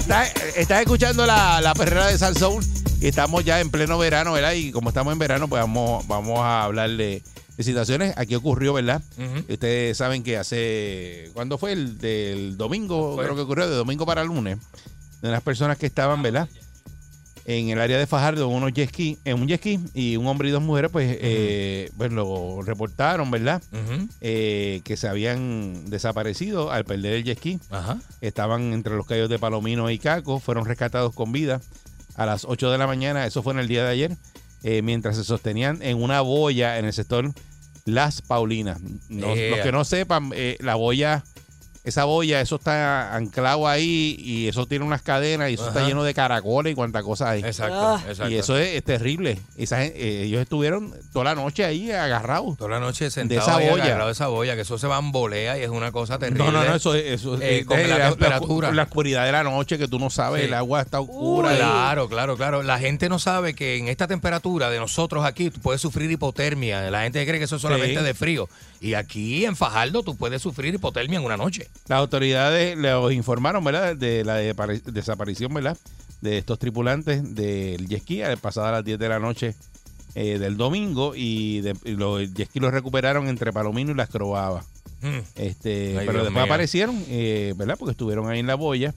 Está- Estás escuchando la, la perrera de Salsoul y estamos ya en pleno verano, ¿verdad? Y como estamos en verano, pues vamos, vamos a hablar de, de situaciones. Aquí ocurrió, ¿verdad? Ujú. Ustedes saben que hace. ¿Cuándo fue? El del domingo, Fue. creo que ocurrió, de domingo para lunes. De las personas que estaban, ¿verdad? En el área de Fajardo, unos jet ski, en un jet ski, y un hombre y dos mujeres, pues, eh, pues lo reportaron, ¿verdad? Ujú. Eh, que se habían desaparecido al perder el jet ski Ajá. estaban entre los callos de Palomino y Caco, fueron rescatados con vida a las 8 de la mañana, eso fue en el día de ayer, eh, mientras se sostenían en una boya en el sector Las Paulinas. No- Yeah. Los que no sepan, eh, la boya, esa boya, eso está anclado ahí y eso tiene unas cadenas y eso está Ajá. lleno de caracoles y cuantas cosas hay. Ah. Exacto, exacto. Y eso es, es terrible. Esa gen- eh, ellos estuvieron toda la noche ahí agarrados. Toda la noche sentado esa ahí boya. agarrado de esa boya, que eso se bambolea y es una cosa terrible. No, no, no, eso, eso Eh, eh, con la temperatura. La, oscuridad de la noche que tú no sabes, Sí. el agua está oscura. Uy. la- Claro, claro, claro. La gente no sabe que en esta temperatura de nosotros aquí tú puedes sufrir hipotermia. La gente cree que eso es solamente Sí. de frío. Y aquí en Fajardo tú puedes sufrir hipotermia en una noche. Las autoridades los informaron, ¿verdad?, de la depare- desaparición, ¿verdad?, de estos tripulantes del jet ski al- pasada las 10 de la noche eh, del domingo y, de, y los el jet ski los recuperaron entre Palomino y Las Croabas. Hmm. Mm. Este, Ay, pero Dios después mío. aparecieron, eh, ¿verdad?, porque estuvieron ahí en la boya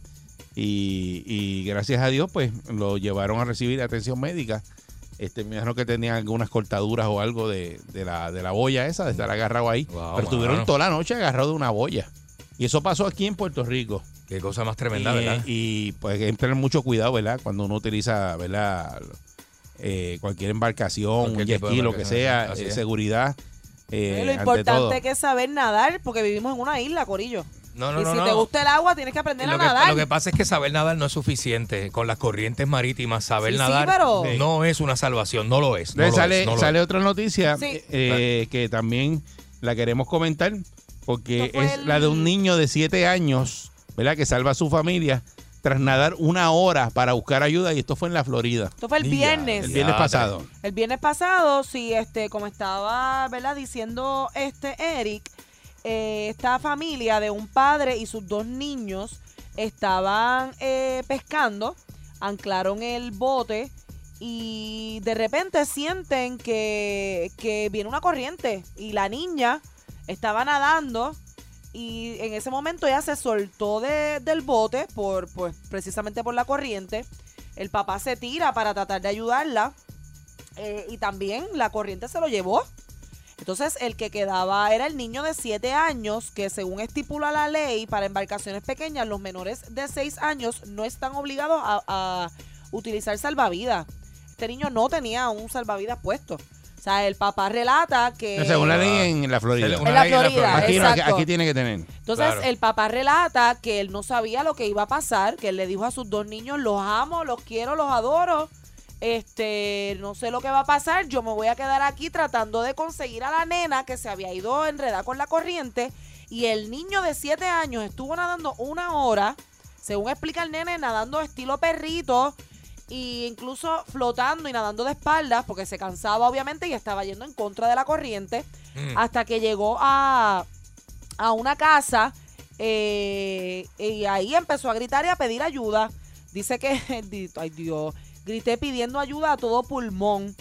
y, y gracias a Dios, pues, lo llevaron a recibir atención médica Este, me imagino que tenían algunas cortaduras o algo de, de la, de la boya esa, de estar agarrado ahí. Wow, Pero estuvieron mano. toda la noche agarrados de una boya. Y eso pasó aquí en Puerto Rico. Qué cosa más tremenda, y, ¿verdad? eh, y, pues hay que tener mucho cuidado, ¿verdad? Cuando uno utiliza, ¿verdad? Eh, cualquier embarcación, un Cualquier jet tipo de ski, lo que embarcación, sea, así eh, es. seguridad. eh, Eh, lo ante todo. importante que es saber nadar, porque vivimos en una isla, Corillo. No, no, y no, si no. te gusta el agua, tienes que aprender a Lo que, nadar. lo que pasa es que saber nadar no es suficiente. Con las corrientes marítimas, saber Sí, sí, nadar pero- no es una salvación, no lo es. no Entonces lo sale, es, no lo sale es. otra noticia Sí. eh, que también la queremos comentar porque Esto fue es el- la de un niño de 7 años, ¿verdad? Que salva a su familia tras nadar una hora para buscar ayuda y esto fue en la Florida. Esto fue el Ya, viernes. El viernes Ya, pasado. El viernes pasado, sí, este, como estaba ¿verdad? diciendo este Eric, eh, esta familia de un padre y sus dos niños estaban eh, pescando, anclaron el bote y de repente sienten que, que viene una corriente y la niña estaba nadando y en ese momento ella se soltó de- del bote por, pues, precisamente por la corriente. El papá se tira para tratar de ayudarla. Eh, y también la corriente se lo llevó. Entonces el que quedaba era el niño de 7 años, que según estipula la ley, para embarcaciones pequeñas, los menores de 6 años no están obligados a, a utilizar salvavidas. Este niño no tenía un salvavidas puesto. O sea, el papá relata que... Según la ley en la Florida. Una en la ley en Ah. la Florida, Florida. Aquí, no, aquí- Eh, Ah, exacto. aquí tiene que tener. Entonces Claro. el papá relata que él no sabía lo que iba a pasar, que él le dijo a sus dos niños, los amo, los quiero, los adoro. Este, no sé lo que va a pasar, yo me voy a quedar aquí tratando de conseguir a la nena que se había ido enredada con la corriente. Y el niño de siete años estuvo nadando una hora, según explica el nene, nadando estilo perrito y incluso flotando y nadando de espaldas porque se cansaba obviamente y estaba yendo en contra de la corriente Mm. hasta que llegó a, a una casa eh, y ahí empezó a gritar y a pedir ayuda. Dice que, di- ay Dios, grité pidiendo ayuda a todo pulmón.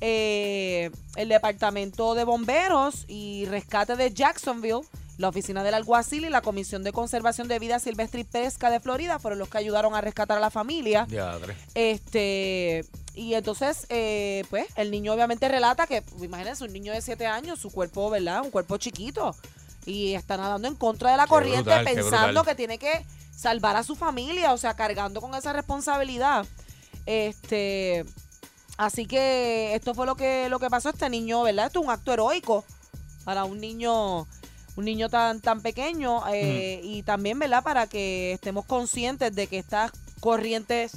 Eh, el departamento de bomberos y rescate de Jacksonville, la oficina del alguacil y la Comisión de Conservación de Vida Silvestre y Pesca de Florida fueron los que ayudaron a rescatar a la familia. Diadre. Este, y entonces, eh, pues, el niño obviamente relata que, pues, imagínense, un niño de 7 años, su cuerpo, ¿verdad? Un cuerpo chiquito. Y está nadando en contra de la Qué corriente, brutal, qué pensando brutal. que tiene que salvar a su familia, o sea, cargando con esa responsabilidad. Este. Así que esto fue lo que, lo que pasó a este niño, ¿verdad? Esto es un acto heroico para un niño, un niño tan, tan pequeño. eh, Y también, ¿verdad? Para que estemos conscientes de que estas corrientes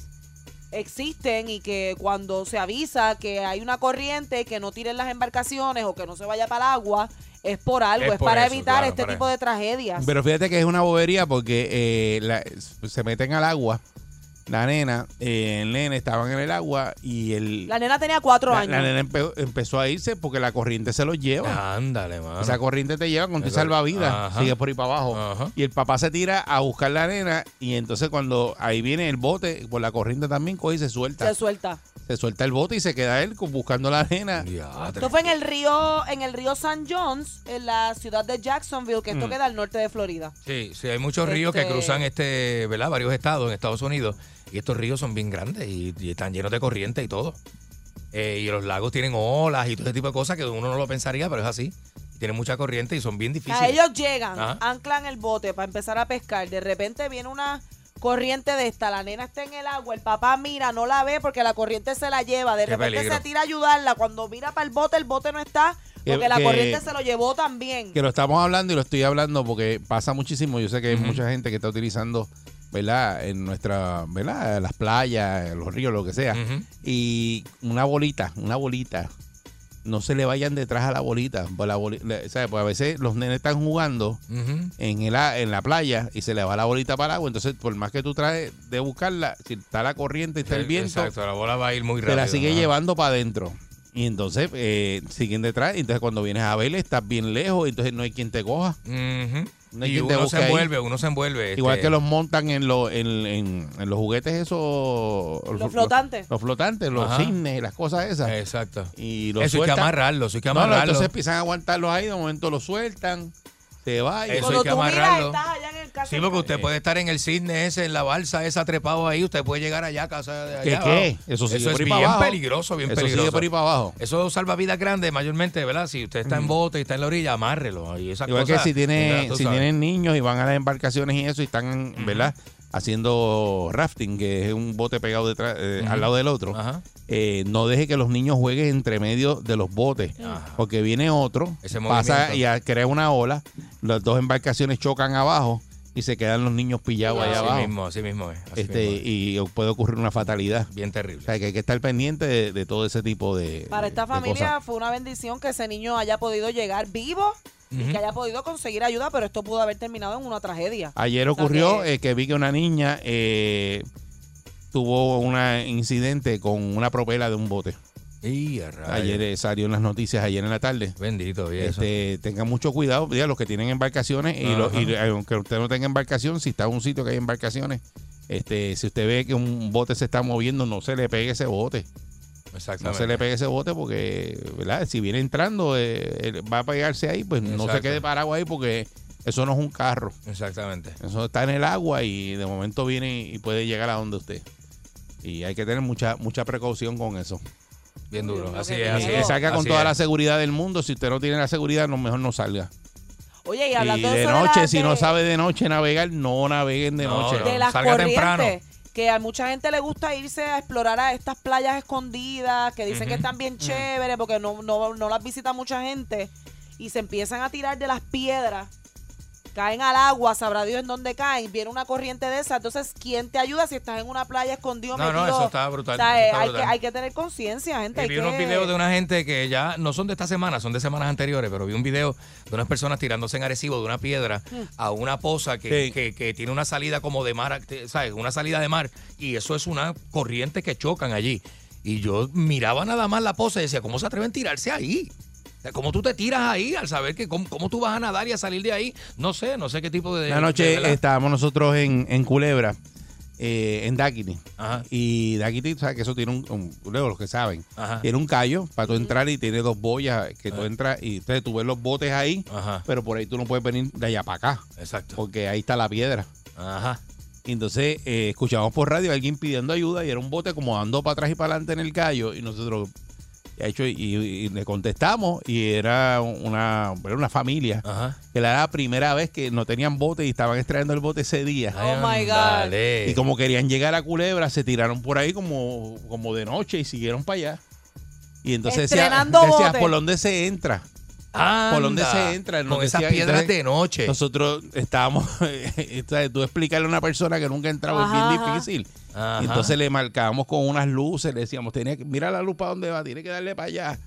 existen y que cuando se avisa que hay una corriente, que no tiren las embarcaciones o que no se vaya para el agua, es por algo, es, Es por para eso, evitar claro, este para- tipo de tragedias. Pero fíjate que es una bobería porque eh, la- se meten al agua. La nena, eh, el nene estaban en el agua y el, la nena tenía cuatro la- años. la nena empe- empezó a irse porque la corriente se los lleva. Ándale, mano. Esa corriente te lleva con tu Eso- salvavidas, Ah, Ajá. Ah. sigue por ahí para abajo. Ajá. Y el papá se tira a buscar la arena y entonces cuando ahí viene el bote, por la corriente también coge y se suelta. se Se, suelta. suelta el bote y se queda él con- buscando la arena. Diadre. Esto fue en el río, en el río San Jones, en la ciudad de Jacksonville, que esto queda al norte de Florida. Sí, sí, hay muchos ríos que Este- cruzan este, ¿verdad? Varios estados en Estados Unidos. Y estos ríos son bien grandes y, y están llenos de corriente y todo. Eh, y los lagos tienen olas y todo ese tipo de cosas que uno no lo pensaría, pero es así. Tienen mucha corriente y son bien A difíciles. Ah, ellos llegan, Ajá. anclan el bote para empezar a pescar. De repente viene una corriente de esta, la nena está en el agua, el papá mira, no la ve porque la corriente se la lleva. De Qué repente peligro. se tira a ayudarla. Cuando mira para el bote, el bote no está Que- porque la que- corriente se lo llevó también. Que lo estamos hablando y lo estoy hablando porque pasa muchísimo. Yo sé que hay mucha gente que está utilizando, ¿verdad? En nuestra, ¿verdad? Las playas, los ríos, lo que sea. Ujú. Y una bolita, una bolita. No se le vayan detrás a la bolita. Pues la boli- la- ¿sabes? Pues a veces los nenes están jugando Ujú. en, el, a- en la playa y se le va la bolita para el agua. Entonces, por más que tú traes de buscarla, si está la corriente y está el viento, Eh, Exacto, la bola va a ir muy te rápido. la sigue ajá. llevando para adentro. Y entonces eh, siguen detrás. Y entonces, cuando vienes a ver, estás bien lejos. Entonces, no hay quien te coja. Ujú. No hay Y quien te uno busque se ahí. envuelve, uno se envuelve. Igual este, que los montan en, los en, en- en los juguetes, esos. Los flotantes. Los, flotantes, los Ajá. cisnes, las cosas esas. Exacto. Y los Eso hay que sueltan. amarrarlo, eso hay que No, no, amarrarlo. entonces empiezan a aguantarlos ahí. De momento lo sueltan, se va y Eso Cuando hay que tú miras, amarrarlo. estás allá en el casa. Sí, porque usted puede estar en el cisne ese, en la balsa esa trepado ahí, usted puede llegar allá a casa de allá. ¿Qué, abajo. qué? Eso sigue Eso es por ahí bien para abajo. peligroso, bien Eso peligroso. sigue por ahí para abajo. Eso salva vidas grandes mayormente, ¿verdad? Si usted está en bote y está en la orilla, amárrelo. Y esas Igual cosas, que si, tiene, ya tú si sabes. tienen niños y van a las embarcaciones y eso y están, ¿verdad? Haciendo rafting, que es un bote pegado detrás, eh, Ujú. al lado del otro. Ajá. eh, no deje que los niños jueguen entre medio de los botes, Ajá. porque viene otro, Ah. Ese pasa movimiento. y a- crea una ola, las dos embarcaciones chocan abajo y se quedan los niños pillados allá así abajo. mismo, así mismo es. así este, mismo y puede ocurrir una fatalidad. es. Bien O terrible. sea, que hay que estar pendiente de, de todo ese tipo de. Para esta de familia cosas. fue una bendición que ese niño haya podido llegar vivo y Ujú. que haya podido conseguir ayuda, pero esto pudo haber terminado en una tragedia. Ayer O sea, ocurrió que- eh, que vi que una niña eh, tuvo un incidente con una propela de un bote. Y a rayos. Ayer eh, salió en las noticias, ayer en la tarde. Bendito, y eso. Este, tengan mucho cuidado, diga, los que tienen embarcaciones, y, lo- Ajá. y, eh, aunque usted no tenga embarcación, si está en un sitio que hay embarcaciones, este, si usted ve que un bote se está moviendo, no se le pegue ese bote. No Exactamente. se le pegue ese bote porque, ¿verdad? Si viene entrando, eh, él va a pegarse ahí, pues no se Exacto. quede parado ahí porque eso no es un carro. Exactamente. Eso está en el agua y de momento viene y puede llegar a donde usted. Y hay que tener mucha mucha precaución con eso. Bien duro. Dios, Así qué es. miedo. Así Eh, es, salga con así toda es. la seguridad del mundo. Si usted no tiene la seguridad, no mejor no salga. Oye, y Y hablando de eso la- noche, si de- no sabe de noche navegar, no naveguen de No, noche. no. de las Salga corrientes. temprano. Que a mucha gente le gusta irse a explorar a estas playas escondidas, que dicen que Ujú, están bien ujú. chéveres, porque no, no, no las visita mucha gente, y se empiezan a tirar de las piedras, caen al agua, sabrá Dios en dónde caen, viene una corriente de esa, entonces, ¿quién te ayuda si estás en una playa escondido? No, no, metido? eso está brutal, O sea, eso está hay, brutal. Que, hay que tener conciencia, gente. Y hay vi que- unos videos de una gente que ya no son de esta semana, son de semanas anteriores, pero vi un video de unas personas tirándose en Arecibo de una piedra a una poza que, Sí. que- que tiene una salida como de mar, te- ¿sabes? Una salida de mar. Y eso es una corriente que chocan allí. Y yo miraba nada más la poza y decía, ¿cómo se atreven a tirarse ahí? O sea, ¿Cómo tú te tiras ahí al saber que cómo, cómo tú vas a nadar y a salir de ahí? No sé, no sé qué tipo de... Una noche de- estábamos nosotros en, en Culebra, eh, en Daquiti. Ajá. Y Daquiti, ¿sabes que eso tiene un, un- Luego, los que saben, Ajá. tiene un callo para tú entrar y tiene dos boyas que tú entras y entonces tú ves los botes ahí, Ajá. pero por ahí tú no puedes venir de allá para acá, Exacto. porque ahí está la piedra. Ajá. Y entonces eh, escuchamos por radio a alguien pidiendo ayuda y era un bote como andando para atrás y para adelante en el callo y nosotros de hecho, y, y le contestamos y era una, era una familia Ajá. que era la primera vez que no tenían bote y estaban extrayendo el bote ese día. Oh, my God. Ándale. Y como querían llegar a Culebra, se tiraron por ahí como, como de noche y siguieron para allá. Y entonces decía, Estrenando decía, bote. ¿por dónde se entra? ¿Por dónde Anda, se entra? Nos Con esas decía, piedras entonces, de noche. Nosotros estábamos, entonces, tú explicarle a una persona que nunca ha entrado Ajá, es bien ajá. difícil. Ajá. Y entonces le marcábamos con unas luces, le decíamos, tenía que, mira la luz para dónde va, tiene que darle para allá.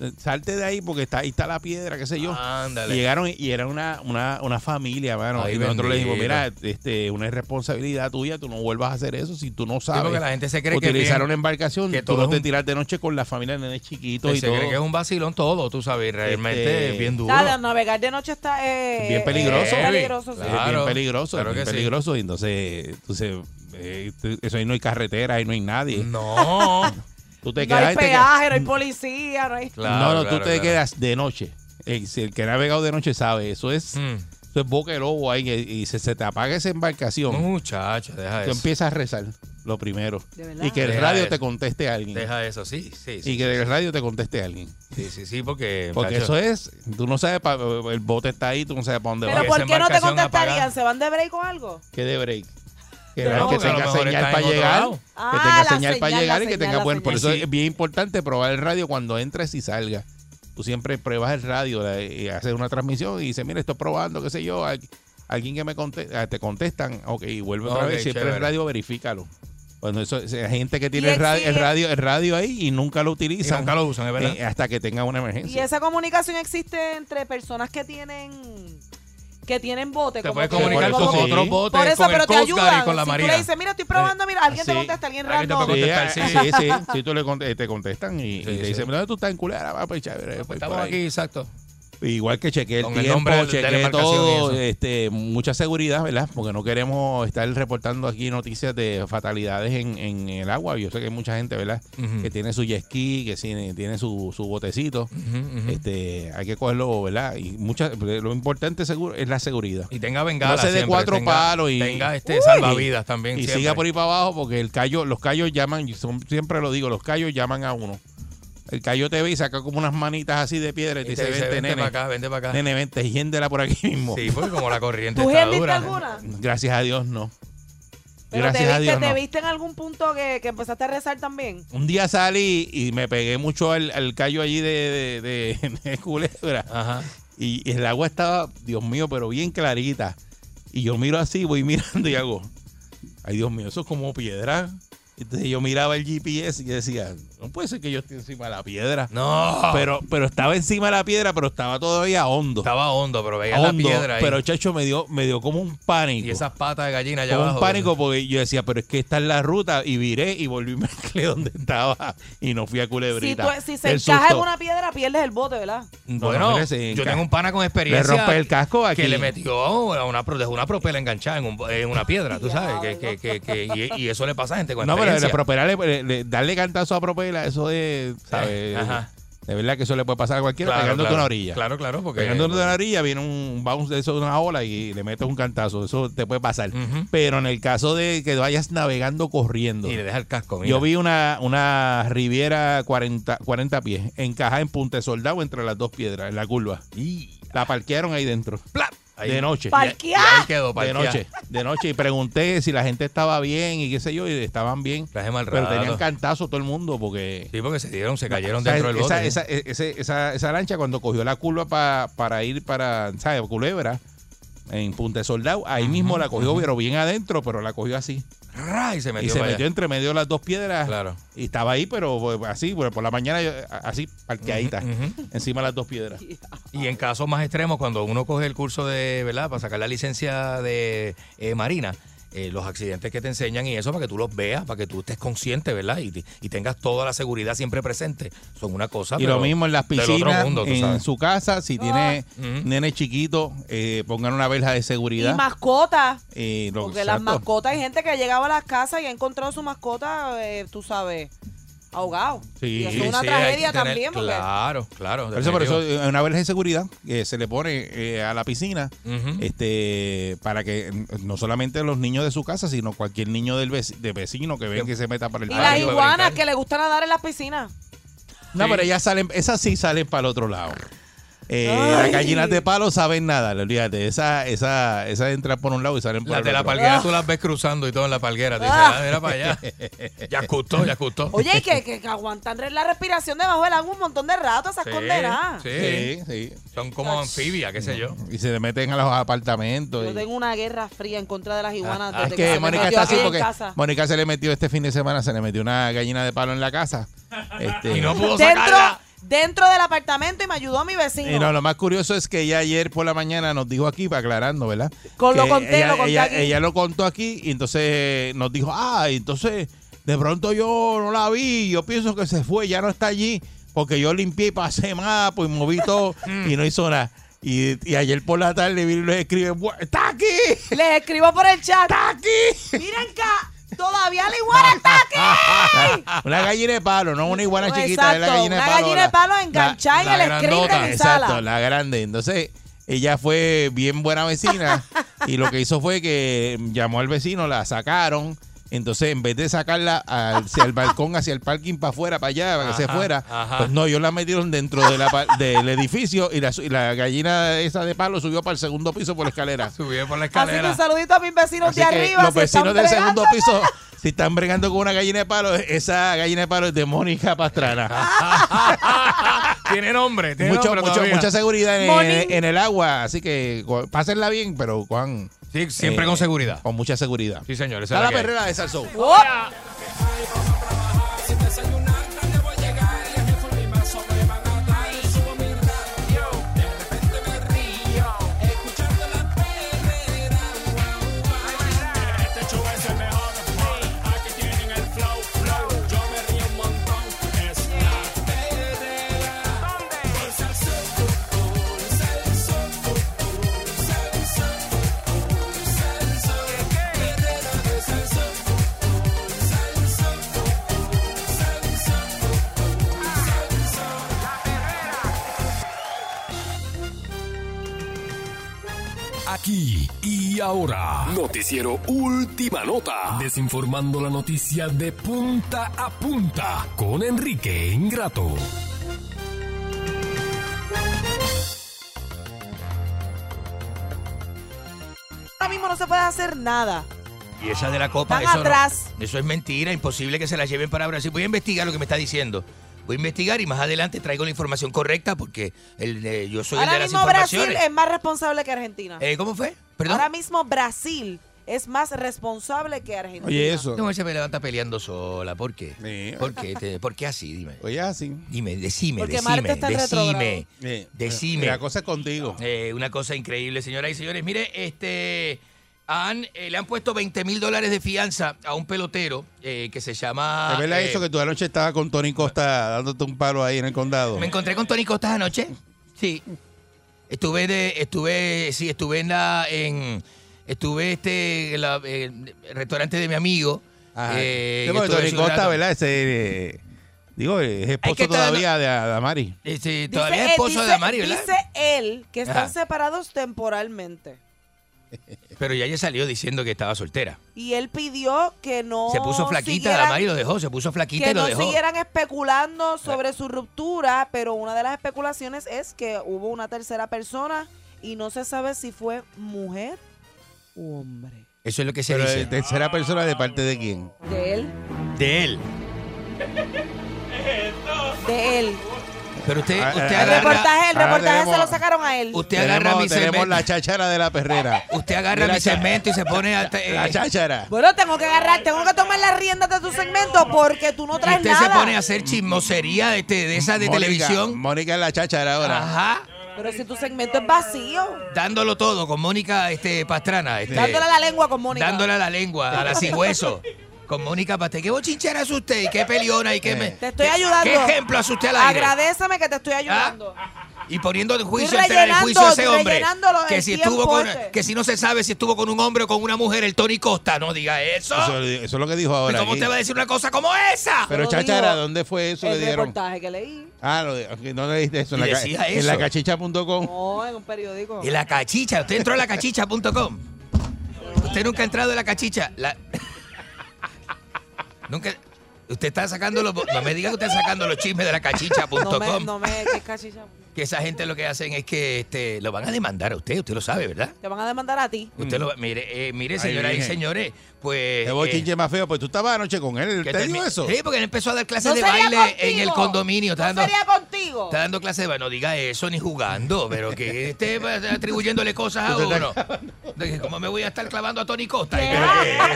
Eh, Salte de ahí porque está, ahí está la piedra, qué sé yo. Ándale. Llegaron y- y era una, una, una familia, mano. Ay, y nosotros le dijimos, bendito. mira, este, una irresponsabilidad tuya, tú no vuelvas a hacer eso si tú no Sí, sabes. porque la gente se cree que, Utilizar bien- una embarcación, que tú todo no es te un- tiras de noche con la familia de nenes chiquitos y se todo. cree que es un vacilón todo, tú sabes, y realmente Este, es bien duro. Nada, navegar de noche está... eh, Bien peligroso. eh, peligroso, sí. Es Claro, bien peligroso, es claro bien que sí. peligroso. Y entonces, entonces eh, tú- eso ahí no hay carretera, ahí no hay nadie. Mm. No. Tú te No quedas, hay y te peaje, no hay policía, no hay... Claro, no, no, tú claro, te claro. quedas de noche. El, si el que ha navegado de noche sabe, eso es, Mm. eso es boca de lobo ahí. Y, y se, se te apaga esa embarcación, Muchacha, deja tú eso. empiezas a rezar, lo primero. De verdad. Y que el Deja radio eso. te conteste a alguien. Deja eso, sí, sí, sí. Y que del radio te conteste a alguien. Sí, sí, sí, porque... Porque muchacho, eso es, tú no sabes, pa- el bote está ahí, tú no sabes para dónde Pero va. esa ¿por qué no te embarcación apagada. contestarían? ¿Se van de break o algo? Que de break. Que, No, que porque a tenga lo mejor señal está en para otro llegar. lado. Ah, que tenga la señal, señal, para llegar la y que señal, tenga la buen. Por eso señal. es bien importante probar el radio cuando entres y salgas. Tú siempre pruebas el radio la- y haces una transmisión y dices, mira, estoy probando, qué sé yo. al- alguien que me conte- ah, te contestan, ok, vuelve otra Ok, vez. Siempre chévere. el radio, verifícalo. Cuando eso, hay gente que tiene Y el radio, el exige- radio, el radio ahí y nunca lo y utiliza. nunca lo usan, es verdad. eh, hasta que tenga una emergencia. Y esa comunicación existe entre personas que tienen que tienen bote. te como puedes que- comunicar por eso con sí. otros botes, Por eso, con el pero te Coast Guard ayudan. y con la si tú Marina. le dices, mira, estoy probando, mira, alguien te Sí. contesta, alguien Alguien te random. puede Sí, contestar, ah, sí. sí, sí, sí, tú le cont- eh, te contestan y, y Sí, te sí. dicen, mira, tú estás en culera, va, pues chévere. Pues pues, Estamos por ahí". aquí, exacto. Igual que chequeé el Con el tiempo, nombre de la chequeé demarcación y todo, eso. este, mucha seguridad, ¿verdad? Porque no queremos estar reportando aquí noticias de fatalidades en, en el agua. Yo sé que hay mucha gente, ¿verdad? Ujú. Que tiene su jet ski, que tiene, tiene su, su botecito. Ujú, ujú. Este, hay que cogerlo, ¿verdad? Y mucha, lo importante seguro es la seguridad. Y tenga bengala. No se dé siempre, cuatro tenga- palos y- Tenga este Uy. salvavidas también. Y siempre. siga por ahí para abajo porque el callo, los callos llaman, y son- siempre lo digo, los callos llaman a uno. El callo te ve y saca como unas manitas así de piedra y te Y dice, te dice, vente, vente nene, para acá, vente para acá. nene, vente, y hiéndela por aquí mismo. Sí, porque como la corriente ¿Tú está gendiste dura. alguna? Gracias a Dios, no. Pero Gracias te, a viste, Dios, te no. viste en algún punto que, que empezaste a rezar también. Un día salí y me pegué mucho al, al callo allí de, de- de- de culebra. Ajá. Y, y el agua estaba, Dios mío, pero bien clarita. Y yo miro así, voy mirando y hago, ay Dios mío, eso es como piedra. Entonces yo miraba el GPS y decía, no puede ser que yo esté encima de la piedra. No. Pero, pero estaba encima de la piedra, pero estaba todavía hondo. Estaba hondo, pero veía la hondo, piedra ahí. pero chacho me dio, me dio como un pánico. y esas patas de gallina allá Hubo abajo. un pánico porque yo decía, pero es que esta es la ruta y viré y volví y me quedé donde estaba y no fui a Si, Culebrita. tú- si se Del encaja en susto. una piedra, pierdes el bote, ¿verdad? No, Bueno, hombre, se yo enca- tengo un pana con Le experiencia. rompe el casco aquí. Que le metió a una, pro- dejó una propela enganchada en, un- en una piedra, tú sabes. que, que, que, que- y, y eso le pasa a gente con No, pero experiencia. le propela, le- le- le- darle cantazo a propela, eso de, ¿sabes? Eh, ajá. De verdad que eso le puede pasar a cualquiera Claro, pegándote claro. una orilla. Claro, claro, porque. Pegándote una orilla viene un bounce de eso de una ola y le metes un cantazo. Eso te puede pasar. Ujú. Pero en el caso de que vayas navegando corriendo. Y le deja el casco. mira. Yo vi una, una Riviera 40, 40 pies encajada en Punta Soldado entre las dos piedras, en la curva. Y- La parquearon ahí dentro. ¡plap! Ahí- De noche. Pal- Y ahí quedó, De parquea. noche. De noche. Y pregunté si la gente estaba bien y qué sé yo, y estaban bien. Traje mal Pero tenían rato. cantazo todo el mundo porque. Sí, porque se dieron, se cayeron O sea, dentro del esa, bote. esa, e, ese- esa- esa lancha cuando cogió la curva pa- para ir para, ¿sabes? Culebra, en Punta Soldado, ahí mismo la cogió, pero bien adentro, pero la cogió así. Ra, Y se metió. y se para allá. metió entre medio de las dos piedras. Claro. Y estaba ahí, pero pues, así, bueno, por la mañana, yo, a- así, parqueadita, Ujú. encima de las dos piedras. Y en casos más extremos, cuando uno coge el curso de, ¿verdad? Para sacar la licencia de eh, Marina, eh, los accidentes que te enseñan y eso para que tú los veas, para que tú estés consciente, ¿verdad? Y, te- y tengas toda la seguridad siempre presente. Son una cosa. Y lo pero mismo en las del otro piscinas, mundo, tú en sabes. su casa, si tiene Ah. Ujú. nene chiquito, eh, pongan una verja de seguridad. Y mascotas. Eh, lo- Porque las exacto. mascotas, hay gente que llegaba a las casas y ha encontrado su mascota, eh, tú sabes, ahogado. Sí, y eso es una Sí, hay que tragedia tener- también, porque Claro, claro. Por eso, por eso, definitivo. eh, una verja de seguridad que se le pone eh, a la piscina Ujú. este para que eh, no solamente los niños de su casa, sino cualquier niño del veci- de vecino que ven que se meta para el Y Claro, las y puede iguanas brincar. que le gustan nadar en las piscinas. No, Sí. pero ellas salen, esas sí salen para el otro lado. Eh, Ay. las gallinas de palo saben nada, olvídate. Esa, esa, esa entran por un lado y salen por Las el de la otro. palguera tú las ves cruzando y todo en la palguera. Te dices, Ah. ah, mira para allá. Ya gustó, ya gustó. Oye, y que, que- que aguantan re- la respiración debajo del agua un montón de rato, ah. esas condenadas. sí. Sí, sí. Son como anfibias, qué sé yo. Y se le meten a los apartamentos. Yo y- tengo una guerra fría en contra de las iguanas. Ah, desde es se que me Mónica metió está así aquí en porque casa. Mónica se le metió este fin de semana, se le metió una gallina de palo en la casa. Este, Y no pudo Dentro, sacarla. dentro del apartamento y me ayudó mi vecino. Y Eh, no, lo más curioso es que ella ayer por la mañana nos dijo aquí, para aclarando, ¿verdad? Con- lo Que conté, ella, lo conté ella, aquí. ella lo contó aquí y entonces nos dijo, ah, entonces de pronto yo no la vi, yo pienso que se fue, ya no está allí, porque yo limpié y pasé mapa y moví todo Mm. y no hizo nada. Y, y ayer por la tarde vi y le escribe, "Bu- está aquí, Les escribo por el chat. está aquí. Miren acá, todavía la iguana está aquí. Una gallina de palo, no una iguana Exacto, chiquita, es la gallina de una palo. gallina de palo enganchada en el screen de grandota. mi Exacto, sala. la grande. Entonces, ella fue bien buena vecina y lo que hizo fue que llamó al vecino, la sacaron. Entonces, en vez de sacarla hacia el balcón, hacia el parking para afuera, para allá, para que se Ajá, fuera, ajá. pues no, ellos la metieron dentro de la pa- del edificio y la, su- y la gallina esa de palo subió para el segundo piso por la escalera. Subí por la Así que escalera. un saludito a mis vecinos Así de que arriba. los si están vecinos del bregando. segundo piso, si están bregando con una gallina de palo, esa gallina de palo es de Mónica Pastrana. Tiene nombre, tiene Mucho- nombre mucho- todavía. mucha seguridad en, Morning. en el agua, así que co- pásenla bien, pero Juan, Sí, siempre con seguridad. Con mucha seguridad. Sí, señor. Está esa es la la que hay. perrera de Salsón. ¡Oh! Aquí y ahora. Noticiero Última Nota. Desinformando la noticia de punta a punta con Enrique Ingrato. Ahora mismo no se puede hacer nada. Y esa de la copa, Están eso, no. atrás. eso es mentira, imposible que se la lleven para Brasil. Voy a investigar lo que me está diciendo. Voy a investigar y más adelante traigo la información correcta porque el, eh, yo soy el Ahora de las mismo Brasil informaciones. es más responsable que Argentina. Eh, ¿Cómo fue? Perdón. Ahora mismo Brasil es más responsable que Argentina. Oye, eso. No, ella me levanta peleando sola. ¿Por qué? Sí. ¿Por qué, te- por qué así? Dime. Oye, ah, así. Dime, decime, Porque decime, Marte está en decime. Eh, Decime. La cosa es contigo. Eh, una cosa increíble, señoras y señores. Mire, este han, eh, le han puesto 20 mil dólares de fianza a un pelotero eh, que se llama. ¿Es verdad eh, eso que tú anoche estaba con Tony Costa dándote un palo ahí en el condado? Me encontré con Tony Costas anoche. Sí. Estuve de, estuve, sí, estuve en la, en, estuve este, en la- en el restaurante de mi amigo. Ajá. eh, Sí, que porque estuve Tony hace un Costa, rato. ¿verdad? Ese, eh, digo, es esposo que estar- todavía de Adamari. Este, Dice todavía es él- esposo de dice- Damari, ¿verdad? Dice él que están Ajá. separados temporalmente. Pero ya ella salió diciendo que estaba soltera. Y él pidió que no se puso flaquita, siguieran- Damari lo dejó, se puso flaquita Oh, que y lo no dejó. siguieran especulando Eh. sobre su ruptura, pero una de las especulaciones es que hubo una tercera persona y no se sabe si fue mujer o hombre. Eso es lo que se Pero eh, dice. De, tercera persona de parte de quién? De él, él. de él. Pero usted, Ah, usted ah, El Ahora- agarra, reportaje, el ahora reportaje se tenemos- lo sacaron a él. usted agarra tenemos mi tenemos cemento. la cháchara de la perrera. Usted agarra Mira, mi cha- cemento y se pone hasta, eh, La cháchara. Bueno, tengo que agarrar, tengo que tomar las riendas de tu segmento porque tú no y traes usted nada. se pone a hacer chismosería de, este- de esa de Mónica- televisión. Mónica es la cháchara ahora. Ajá. Pero si tu segmento es vacío, Dándolo todo con Mónica este, Pastrana. este, dándole la lengua con Mónica. dándole a la lengua, a la sin hueso. Con Mónica Pastrana. ¿Qué bochinchera es usted? ¿Y qué peleona? Eh. ¿Y qué me- Te estoy qué- ayudando. ¿Qué ejemplo hace usted al aire? ¿Ah? Agradéceme que te estoy ayudando. Y poniendo en juicio, Estoy entrar en rellenando, juicio a ese hombre. rellenándolo Que el si, tiempo estuvo con, este. que si no se sabe si estuvo con un hombre o con una mujer, el Tony Costa. No diga eso. Eso, eso es lo que dijo ¿Y ahora. ¿Cómo aquí. usted va a decir una cosa como esa? Pero Solo cháchara, dijo ¿dónde fue eso? El le dieron. reportaje que leí. Ah, lo de- ok, no le diste eso. En Y la, ca- decía en eso. la cachicha.com. No, en un periódico. En la cachicha. Usted entró a la cachicha.com. Usted nunca ha entrado en la cachicha. La- nunca. Usted está sacando los. No me diga que usted está sacando los chismes de la cachicha.com. No me, no me, qué cachicha. Que esa gente lo que hacen es que este, lo van a demandar a usted. Usted lo sabe, ¿verdad? Te van a demandar a ti. Usted lo va- Mire, eh, mire, Ay, señoras y Virgen. señores, pues. Qué eh, bochinche más feo. Pues tú estabas anoche con él. que ¿Te dijo termi- eso? Sí, porque él empezó a dar clases No de sería baile en contigo. el condominio. Está No dando, sería contigo. está dando clases de baile. No diga eso ni jugando, pero que esté atribuyéndole cosas a Tú te uno. Dije, ¿Cómo me voy a estar clavando a Tony Costa? ¿Qué?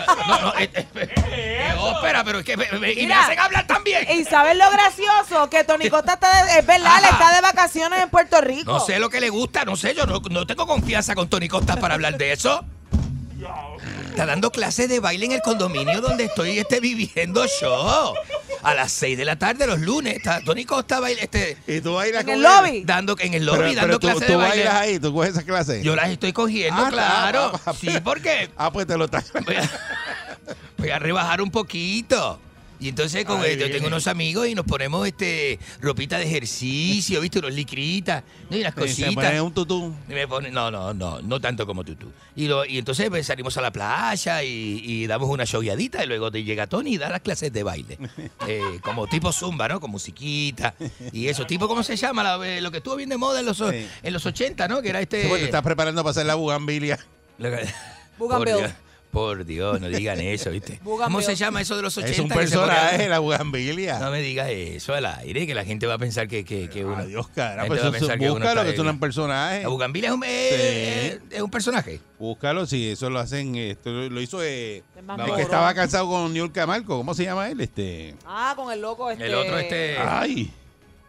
No, no, eh, eh, eh, ópera, pero es que. me- me- y me Mira. hacen hablar también. ¿Y sabes lo gracioso? Que Tony Costa está de, es verdad, él Ajá. está de vacaciones en Puerto Rico. No sé lo que le gusta, no sé, yo no, no tengo confianza con Tony Costa para hablar de eso. Está dando clases de baile en el condominio donde estoy este, viviendo yo. A las 6 de la tarde, los lunes, está Tony Costa baile, este, Y tú bailas En con el él. lobby. dando en el Pero, lobby, pero dando tú, clases tú de baile. bailas ahí, tú coges esas clases. Yo las estoy cogiendo, Ah, claro. ah, ah, sí, porque Ah, pues te lo estás. voy a, voy a rebajar un poquito. Y entonces con Ay, esto, yo bien. tengo unos amigos y nos ponemos este ropita de ejercicio, ¿viste? Unos licritas, ¿no? y unas Se cositas. pone un tutú. Y me pone, no, no, no, no tanto como tú, tú. Y, lo- y entonces pues, salimos a la playa y, y damos una shogueadita y luego te llega Tony y da las clases de baile. Eh, como tipo zumba, ¿no? Con musiquita y eso. Tipo, ¿cómo se llama? La- eh, lo que estuvo bien de moda en los, o- Sí. en los 80, ¿no? Que era este... Sí, pues te estás preparando para hacer la bugambilia. lo que- por, Bugambil. Dios, por Dios, no digan eso, ¿viste? Bugambil. ¿Cómo se llama eso de los 80? Es un que se ponía- personaje, la No bugambilia. me digas eso al aire, que la gente va a pensar que, que, que uno... Adiós, la cara. gente Pues va a Ah, eso- pensar que uno búscalo, está que es ahí. un personaje. La Bugambila es un, eh, es un personaje. Búscalo, si eso lo hacen. Esto lo hizo. Eh, Es más el morón. que estaba casado con Niurka Marco. ¿Cómo se llama él? Este. Eh, Ah, con el loco este. El otro este... Ay.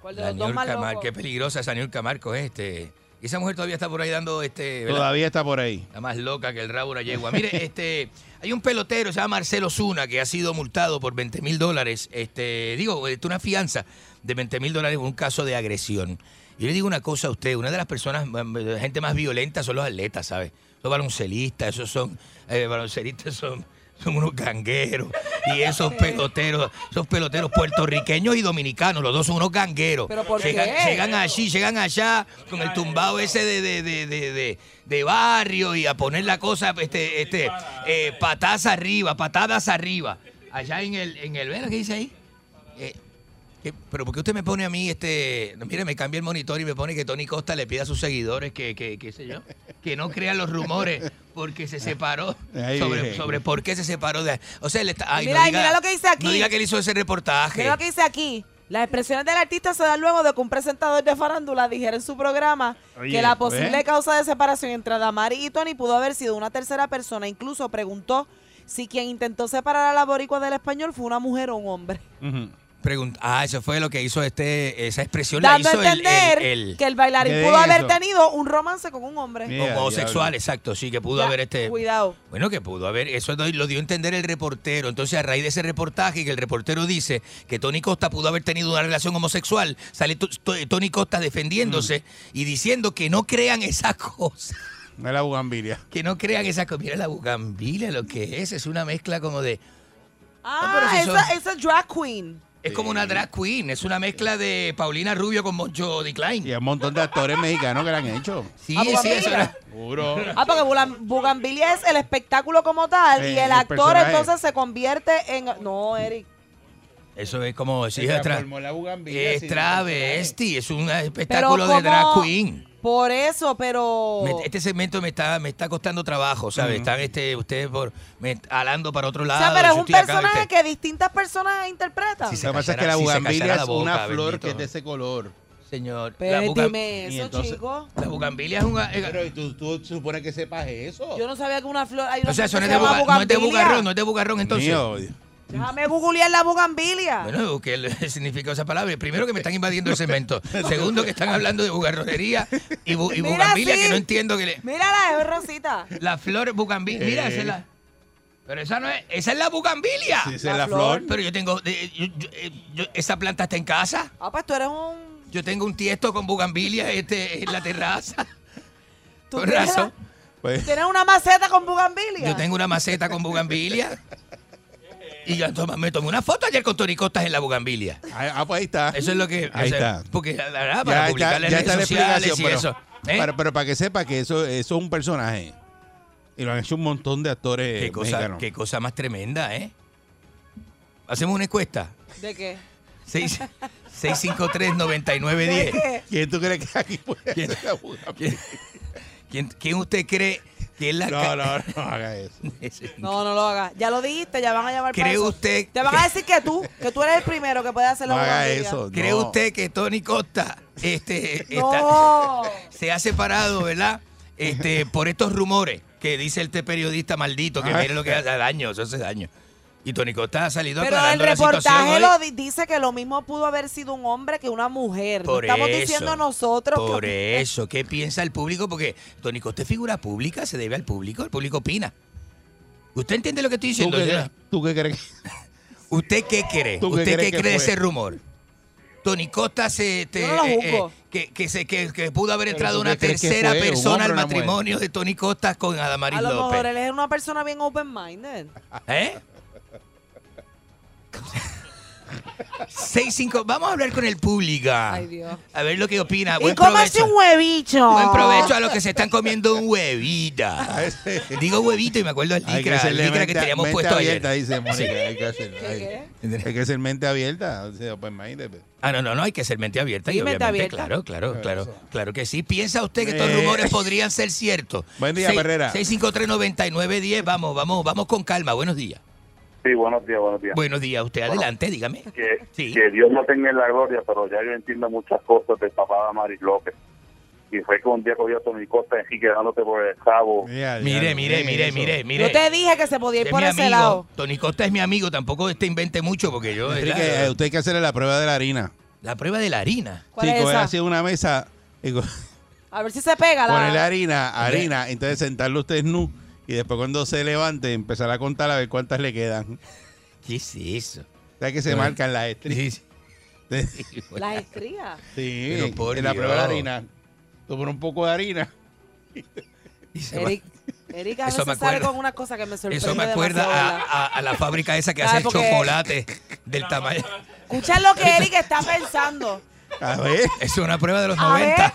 ¿Cuál de La los dos más Niurka locos? Marco, qué peligrosa esa Niurka Marco, este. Y esa mujer todavía está por ahí dando este. ¿verdad? Todavía está por ahí. Está más loca que el rabo de una yegua. Mire, este, hay un pelotero, se llama Marcelo Zuna, que ha sido multado por 20 mil dólares. Este, digo, este, una fianza de 20 mil dólares por un caso de agresión. Yo le digo una cosa a usted, una de las personas, mm, la gente más violenta son los atletas, ¿sabes? Los baloncelistas, esos son, eh, baloncelistas son son unos gangueros. Y esos peloteros, esos peloteros puertorriqueños y dominicanos, los dos son unos gangueros. ¿Pero por llegan, qué? llegan allí, llegan allá con el tumbado ese de, de, de, de, de- de barrio y a poner la cosa, este, este, eh, patas arriba, patadas arriba. Allá en el, en el, ¿verdad qué dice ahí? Eh, ¿qué- pero ¿por qué usted me pone a mí este, no, mire, me cambia el monitor y me pone que Tony Costa le pide a sus seguidores que, que, qué sé yo, que no crean los rumores porque se separó Ahí sobre, viene. sobre por qué se separó de, o sea, él está, ay, Mira, no y diga, mira lo que dice aquí. no diga que él hizo ese reportaje. Mira lo que dice aquí. Las expresiones del artista se dan luego de que un presentador de farándula dijera en su programa Oye, que la posible ¿eh? causa de separación entre Damari y Tony pudo haber sido una tercera persona. Incluso preguntó si quien intentó separar a la boricua del español fue una mujer o un hombre. Ujú. Pregun- ah, eso fue lo que hizo este, esa expresión la Dando hizo a el- entender el, el- que el bailarín ¿Qué pudo es haber eso? tenido un romance con un hombre. Mira, homosexual, diablo. exacto, sí, que pudo Ya, haber este... Cuidado. Bueno, que pudo haber, eso doy- lo dio a entender el reportero. Entonces, a raíz de ese reportaje que el reportero dice que Tony Costa pudo haber tenido una relación homosexual, sale to- to- Tony Costa defendiéndose y diciendo que no crean esas cosas. No es la bugambilia. Que no crean esas cosas. Mira la bucambila, lo que es, es una mezcla como de. Ah, Oh, pero si esa, son- esa drag queen. Es como una drag queen, es una mezcla de Paulina Rubio con Moncho Y Decline. hay un montón de actores mexicanos que la han hecho. Sí, Ah, sí, eso bugambilia. era- Seguro. Ah, porque Bugan- Bugambilia es el espectáculo como tal Eh, y el el actor personaje. entonces se convierte en... No, Eric. Eso es como decir, es, tra- la bugambilia. es sí. travesti, es un Pero espectáculo de drag como- Oh. queen. Por eso, pero... Me- este segmento me está, me está costando trabajo, ¿sabes? Están este, ustedes por, me, alando para otro o lado. sea, pero es un yo estoy acá, personaje ¿viste? que distintas personas interpretan. Sí, Lo que pasa es que la Si se callara bugambilia la es una boca, flor bendito. que es de ese color. Señor, la, Pero buga- dime y eso, entonces- chico. la bugambilia es eh, una... es- Pero ¿y tú, tú supones que sepas eso. Yo no sabía que una flor... Hay una o sea, eso flor no que es, se de llama buga- no es de bugambilia. bugarrón, no es de bugarrón, entonces. Mío. Déjame googlear la bugambilia. Bueno, ¿qué le- significa esa palabra? Primero que me están invadiendo el cemento. Segundo que están hablando de bugarronería y, bu- y Mira, bugambilia sí. que no entiendo que le... Mírala, es rosita. La flor Eh. bugambilia, mira, esa es la... Pero esa no es... Esa es la bugambilia. Sí, esa La es la flor. flor. Pero yo tengo... eh, yo- yo- eh, yo- esa planta está en casa. Ah, pues tú eres un... Yo tengo un tiesto con bugambilia este, en la terraza. ¿Tú Con tienes- razón. Pues, ¿Tienes una maceta con bugambilia? Yo tengo una maceta con bugambilia. Y yo toma- me tomé una foto ayer con Tony Costas en la bugambilia. ah, ah, pues ahí está. Eso es lo que. Ahí o sea, está. Porque la verdad, Ah, Ya para está, publicarla en ya está redes la sociales explicación. pero, y eso. ¿eh? para, pero para que sepa que eso, eso es un personaje. Y lo han hecho un montón de actores qué, cosa, mexicanos. qué cosa más tremenda, ¿eh? Hacemos una encuesta. ¿De qué? Seis- 653-9910. ¿Quién tú crees que aquí puede ¿Quién? ser la bugambilia? ¿Quién, quién usted cree que es la No, no, no haga eso. no. No, no lo hagas. Ya lo dijiste, ya van a llamar para ¿Cree eso. usted Te van que- a decir que tú, que tú eres el primero que puede hacer la No haga bugambilia. eso. ¿Cree no. usted que Tony Costa este, está, No. se ha separado, verdad? Este, por estos rumores que dice este periodista maldito que Ajá. mire lo que hace daño, eso hace daño. Y Tony Costa ha salido Pero el aclarando la reportaje situación lo hoy. di- dice que lo mismo pudo haber sido un hombre que una mujer. No Por estamos eso, diciendo nosotros. que- Por eso, ¿qué piensa el público? Porque Tony Costa es figura pública, se debe al público, el público opina. ¿Usted entiende lo que estoy ¿Tú diciendo? qué, señora? crees- tú qué crees? que- ¿Usted qué cree? ¿Tú qué ¿Usted qué crees que cree de fue? ese rumor? Tony Costa se, te- Yo no lo eh, juzgo. eh, que, que se, que, que pudo haber Pero entrado ¿tú una qué crees que tercera fue? ¿Un persona hombre al o una mujer? matrimonio de Tony Costa con Adamaris a lo López. mejor él es una persona bien open-minded. ¿Eh? Seis, cinco. Vamos a hablar con el público. Ay, Dios. A ver lo que opina. Y Ah, Buen cómase provecho. un huevicho. Buen provecho a los que se están comiendo un huevita. Digo huevito y me acuerdo del Hay que licra, el hacerle licra mente, que teníamos mente puesto abierta, ayer. dice Mónica. Hay que hacer, ¿Qué, hay- qué? hay que ser mente abierta. o sea, open minded, pues. Ah, no, no, no, hay que ser mente abierta y Sí, mente obviamente, abierta. claro, claro, claro, claro que sí. ¿Piensa usted que estos Eh. rumores podrían ser ciertos? Buen día, Seis- Perrera. 653-9910, vamos, vamos, vamos con calma, buenos días. Sí, buenos días, buenos días. Buenos días, usted adelante, dígame. que, Sí. que Dios no tenga en la gloria, pero ya yo entiendo muchas cosas del papá de Maris López. Y fue que un día cogió a Tony Costa y quedándote por el cabo. Mira, Mire, ya, mire, miren mire, eso. mire, Yo mire. te dije que se podía ir Es por mi ese amigo, lado. Tony Costa es mi amigo, tampoco este invente mucho porque yo... Enrique, eh, ¿verdad? usted hay que hacerle la prueba de la harina. la prueba de la harina. ¿Cuál es sí, coger esa? así una mesa, y co- A ver si se pega la. ponerle harina, harina, entonces sentarlo usted nu y después cuando se levante empezar a contar a ver cuántas le quedan. ¿Qué es eso? O sea que se marcan las estrellas. Sí, sí. Sí, Las estrías. Pero por en la prueba de Dios. harina. Tú pones un poco de harina. Y se va- Eric, Erika a Eso me veces sale acuerda. con una cosa que me sorprende Eso me acuerda demasiado, a, ¿verdad? a- a la fábrica esa que Ah, hace el porque- chocolate del tamaño. Escucha lo que Erika está pensando. A ver. Es una prueba de los A ver. 90.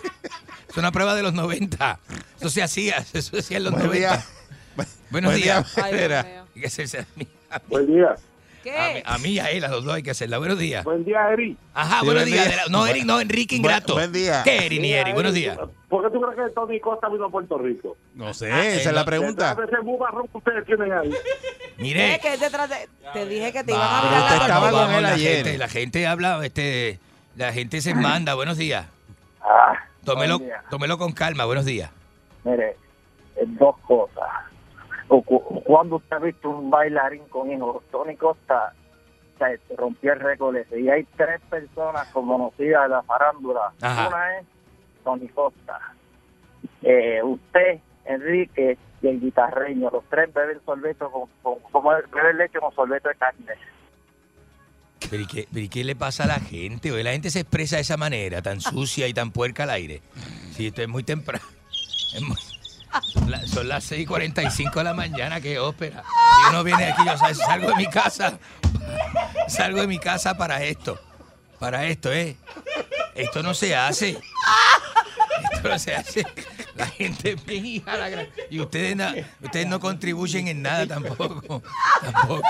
Es una prueba de los 90. Eso se hacía, eso se hacía en los Buen 90. día. Buenos Buen día, días. Ay, Dios Vera. mío. Hay que hacerse a mí, a mí- Buen día. a mí- ¿Qué? a mí y a él, a los dos hay que hacerla. Buenos días. Buen día, Eri. Ajá, Sí, buenos buen días. día. No, Eric, no, Enrique Bu- Ingrato. buen día. ¿Qué, Eric ni Mira, Eric? Buenos Eri, días. ¿Por qué tú crees que Tony Costa vino a Puerto Rico? No sé, Ah, esa eh, es la no- pregunta. Detrás de ese bubarrón que ustedes tienen ahí. ¿Qué? Mire. ¿Qué es detrás de.? Te dije que te iban a Vamos, mirar Ah, Usted la estaba ropa. con él la ayer. gente, la gente habla, este, la gente se manda. Buenos días. Ah, Tómelo, buen día. tómelo con calma. Buenos días. Mire, eh, dos cosas. O cu- ¿Cuándo usted ha visto un bailarín con hijos? Tony Costa se rompió el récord ese. Y hay tres personas conocidas de la farándula. Ajá. Una es Tony Costa. Eh, usted, Enrique y el guitarreño. Los tres beben sorbete con, con, como beben leche con sorbete de carne. Pero ¿y qué, pero ¿y qué le pasa a la gente? oye? La gente se expresa de esa manera, tan sucia y tan puerca al aire. Sí, esto es muy temprano. Es muy- son la- son las 6.45 de la mañana, qué ópera. Y uno viene aquí, yo sal- salgo de mi casa, salgo de mi casa para esto. Para esto, ¿eh? Esto no se hace. Esto no se hace. La gente es bien hija de la gran- Y ustedes, na- ustedes no contribuyen en nada tampoco. Tampoco.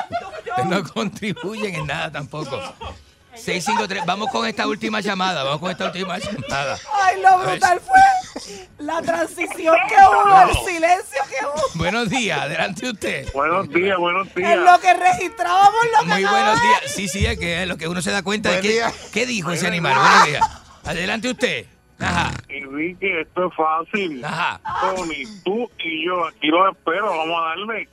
Ustedes no contribuyen en nada tampoco. 653. Vamos con esta última llamada. Vamos con esta última llamada. Ay, lo ver. brutal fue la transición que hubo, el silencio que hubo. Buenos días. Adelante usted. Buenos días, buenos En lo que registrábamos lo que Muy acaba buenos de- días. Sí, sí, es que es lo que uno se da cuenta de Buen que, día. qué dijo ese animal. Buenos días. Adelante usted. Ajá, Enrique, esto es fácil. ajá. Tony, tú y yo aquí los espero. Vamos a darle.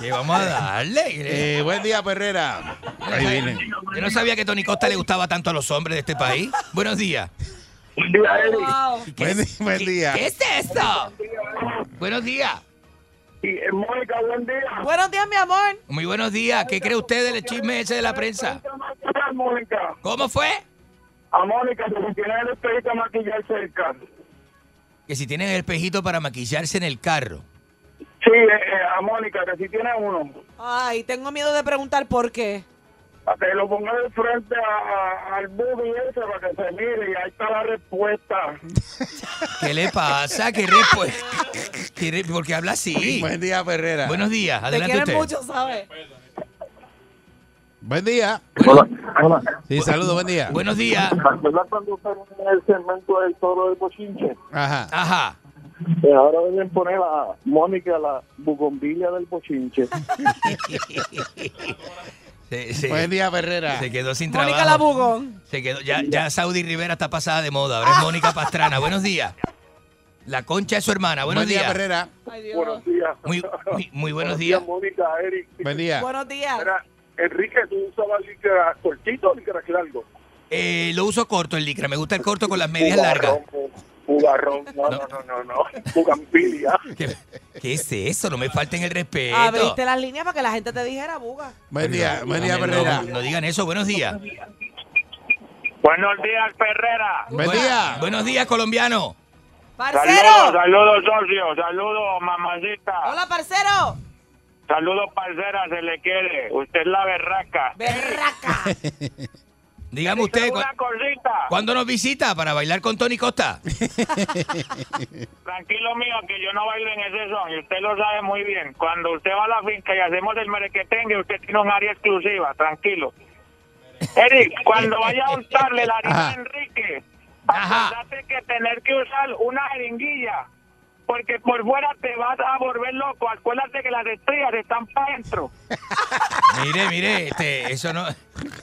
Sí, vamos a darle. Eh, buen día, Perrera. Ahí viene. Yo no sabía que Tony Costa le gustaba tanto a los hombres de este país. Buenos días. Buen día, Eri. Wow. Buen, di- buen ¿Qué- día. ¿Qué es esto? Buenos días. Y, eh, Mónica, buen día. Buenos días, mi amor. Muy buenos días. ¿Qué cree usted del chisme ese de la prensa? A Mónica, ¿Cómo fue? a Mónica, porque tiene el espejito a maquillar cerca. Que si tienen el espejito para maquillarse en el carro. Sí, eh, eh, a Mónica, que si tiene uno, Ay, tengo miedo de preguntar por qué. a que lo ponga de frente a- a- al booby ese para que se mire y ahí está la respuesta. ¿Qué le pasa? ¿Qué respuesta? ¿Qué re- ¿Por qué habla así? Buen día, Perrera. Buenos días. Te Adelante quieren usted. mucho, ¿sabes? Buen día. Hola, hola. Sí, saludos, buen día. Buenos días. ¿Verdad cuando usaron el segmento del toro de Pochinche? Ajá. Ajá. Y Eh, ahora deben poner a Mónica la bugombilla del bochinche. Se, se- Buen día, Perrera. se quedó sin trabajo. Mónica Labugón. Se quedó, ya, ya Saudi Rivera está pasada de moda. Ahora es Ah. Mónica Pastrana. Buenos días. La concha de su hermana. Buenos buen día, días. Perrera. Ay, Dios. Buenos días. Muy, muy, muy buenos días. Mónica, Eric. Buen día. Buenos días. Mira, Enrique, ¿tú usabas licra cortito o licra largo? Eh, lo uso corto el licra. Me gusta el corto con las medias largas. Bugarrón, eh, Bugarrón, no, no, no, no, no. Bugambilia. ¿Qué, qué es eso? No me falten el respeto. Abriste las líneas para que la gente te dijera buga. Buen día, buen día, No, Perrera. No, no digan eso. Buenos días. Buenos días, Ferrera. Buen Buen- día. Buenos días, colombiano. Saludos, ¡Parcero! saludos, socio. Saludos, mamacita. ¡Hola, parcero! Saludos, parcera, se le quiere. Usted es la berraca. ¡Berraca! Dígame usted, ¿cu- Una cosita. ¿cuándo nos visita para bailar con Tony Costa? Tranquilo mío, que yo no bailo en ese son. Y usted lo sabe muy bien. Cuando usted va a la finca y hacemos el merequetengue, usted tiene un área exclusiva. Tranquilo. Eric, cuando vaya a untarle la harina Ajá. a Enrique, Ajá. acuérdate que tener que usar una jeringuilla. Porque por fuera te vas a volver loco. Acuérdate que las estrellas están para adentro. Mire, mire, este, eso no,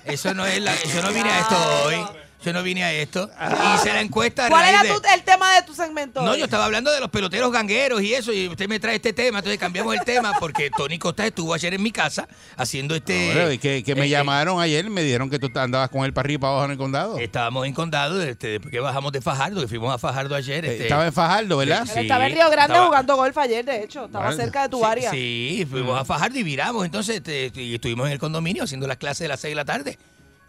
eso no es la, yo no vine a esto hoy. Yo no vine a esto. Hice la encuesta. a ¿Cuál raíz era de- tu- el tema de tu segmento? No, hoy? yo estaba hablando de los peloteros gangueros y eso, y usted me trae este tema, entonces cambiamos el tema porque Tony Costa estuvo ayer en mi casa haciendo este... Ahora, que, que me eh, llamaron ayer, me dijeron que tú andabas con él para arriba y para abajo en el condado. eh, Estábamos en condado, este, después que bajamos de Fajardo, que fuimos a Fajardo ayer. Eh, este, Estaba en Fajardo, ¿verdad? Él Sí, estaba en Río Grande estaba- jugando golf ayer, de hecho. Estaba Vale. cerca de tu sí, área. este, Sí, fuimos a Fajardo y viramos, entonces este, y estuvimos en el condominio haciendo las clases de las 6 de la tarde.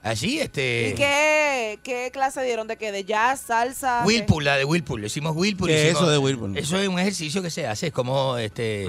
Allí, este. ¿Y qué, qué clase dieron de qué? ¿De jazz, salsa? de- Whirlpool, la de Whirlpool. Hicimos Whirlpool. ¿Qué es hicimos- eso de Whirlpool? Mm. Eso es un ejercicio que se hace. Es como este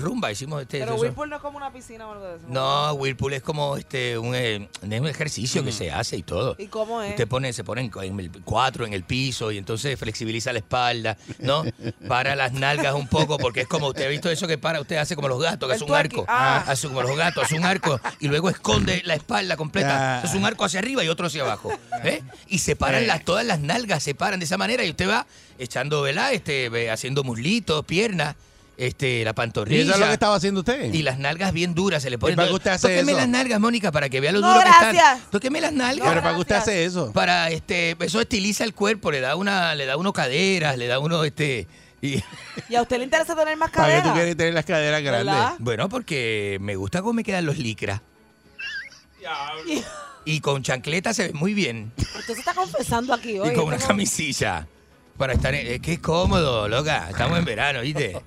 rumba. Hicimos este. Pero eso- Whirlpool no es como una piscina o algo de eso. No, Whirlpool es como este un, eh, es un ejercicio Mm. que se hace y todo. ¿Y cómo es? Usted pone, se pone en, en el cuatro en el piso y entonces flexibiliza la espalda, ¿no? Para las nalgas un poco, porque es como usted ha visto eso que para, usted hace como los gatos, que El hace un twerking. arco. Ah. Hace como los gatos, hace un arco y luego esconde la espalda completa. Ah. Hace un arco hacia arriba y otro hacia abajo. ¿eh? Y se paran las, todas las nalgas, se paran de esa manera y usted va echando, ¿verdad? Este, ve- haciendo muslitos, piernas, este, ¿Y la pantorrilla. eso es lo que estaba haciendo usted? Y las nalgas bien duras se le ponen. ¿Y para qué usted hace Tóqueme eso? las nalgas, Mónica, para que vea lo No, duro que gracias. están. Tóqueme las nalgas. ¿Pero para qué usted gracias. hace eso? Para este, eso estiliza el cuerpo, le da una, le da uno caderas, le da uno este y ¿Y a usted le interesa tener más ¿Para qué tú cadera? quieres tener las caderas ¿Verdad? grandes? bueno, porque me gusta cómo me quedan los licras. Y con chancleta se ve muy bien. Usted se está confesando aquí hoy. y con una Esto no- camisilla. Para estar en, es que es cómodo, loca. Estamos en verano, ¿viste?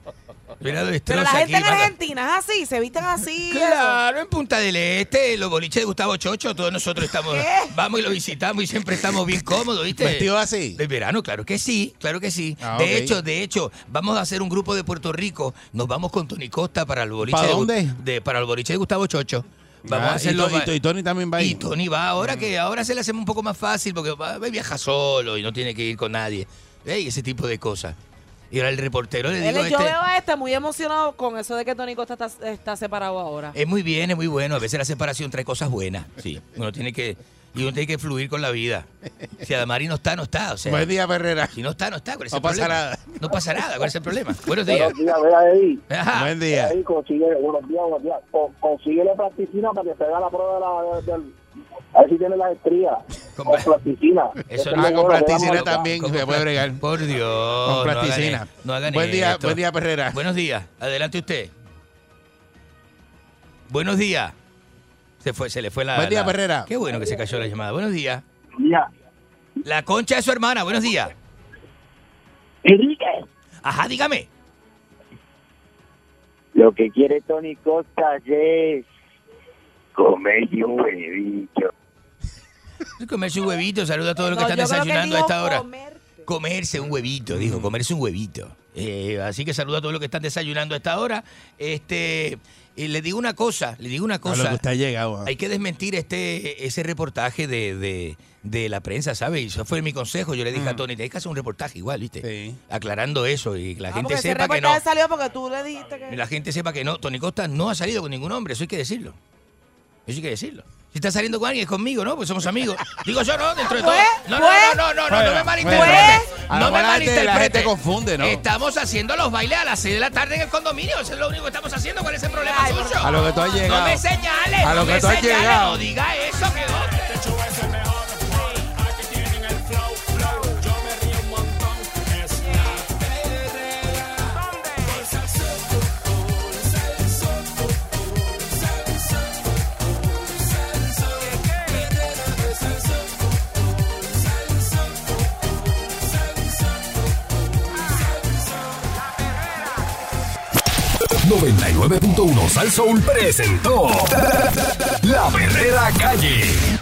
Verano de Pero la destroza gente en aquí, mata- Argentina es así, se visten así. y eso. Claro, en Punta del Este, los boliches de Gustavo Chocho, todos nosotros estamos, ¿Qué? vamos y lo visitamos y siempre estamos bien cómodos, ¿viste? ¿Vestido así? De verano, claro que sí, claro que sí. Ah, de ok. hecho, de hecho, vamos a hacer un grupo de Puerto Rico, nos vamos con Tony Costa para el boliche. ¿Para de Gu- dónde? De, para el boliche de Gustavo Chocho. Vamos a Ah, y hacerlo. to- y, to- y Tony también va ahí. Mm. Y Tony va ahora que ahora se le hacemos un poco más fácil porque va- va y viaja solo y no tiene que ir con nadie. Ey, ese tipo de cosas. Y ahora el reportero le Él- digo yo este, veo a este muy emocionado con eso de que Tony Costa está, está separado ahora. Es muy bien, es muy bueno. A veces la separación trae cosas buenas. Sí. Uno tiene que, y uno tiene que fluir con la vida. Si Adamari no está, no está. O sea, Buen día, Ferrera. si no está, no está. ¿Cuál es No el pasa problema? nada. No pasa nada. ¿Cuál es el problema? Buenos días. Buenos días, ve ahí. Ajá. Buen día. Ahí consigue, buenos días, buenos días. Con- consigue la plasticina para que se haga la prueba de la. de- del- a ver si tiene las estrías. Con Con, pla- plasticina. Eso no- Ese es Ah, lo con bueno, le da plasticina más- también, Con se puede pla- bregar. Por Dios. Con no hagan plasticina. e- No hagan Buen día, esto. buen día, Perrera. Buenos días. Adelante usted. Buenos días. Se, fue, se le fue la. Buen día, la- Perrera. Qué bueno que se cayó la llamada. Buenos días. Mira, La concha de su hermana. Buenos días. Enrique. Ajá, dígame. Lo que quiere Tony Costa es comerse un huevito. Comerse un huevito. Saluda a todos los No, que están yo creo desayunando a dijo esta hora. comerte. Comerse un huevito, dijo, comerse un huevito. Eh, así que saludo a todos los que están desayunando a esta hora. Este, y le digo una cosa, le digo una A lo que cosa. usted ha llegado. ah. Hay que desmentir este ese reportaje de, de- de la prensa, ¿sabes? Y eso fue mi consejo. Yo le dije a Tony, tenés que hacer un reportaje igual, ¿viste? Sí. Aclarando eso y que la Ah, gente porque ese sepa que no. reportaje salió porque tú le dijiste que... La gente sepa que no. Tony Costa no ha salido con ningún hombre, eso hay que decirlo. Eso hay que decirlo. Si está saliendo con alguien, es conmigo, ¿no? Pues somos amigos. Digo yo, no, dentro de todo. Pues, No, no, pues. no, no, no, no, no me malinterprete. Pues. A lo mejor la No me gente- malinterprete. la gente confunde, ¿no? Estamos haciendo los bailes a las 6 de la tarde en el condominio. Eso es lo único que estamos haciendo. ¿Cuál es el problema Ay, suyo? A lo que tú has llegado. No me señales. A lo no que me tú has señales, llegado. No diga eso, que no. Sol 99.1 Sal Soul presentó La Verdadera Calle.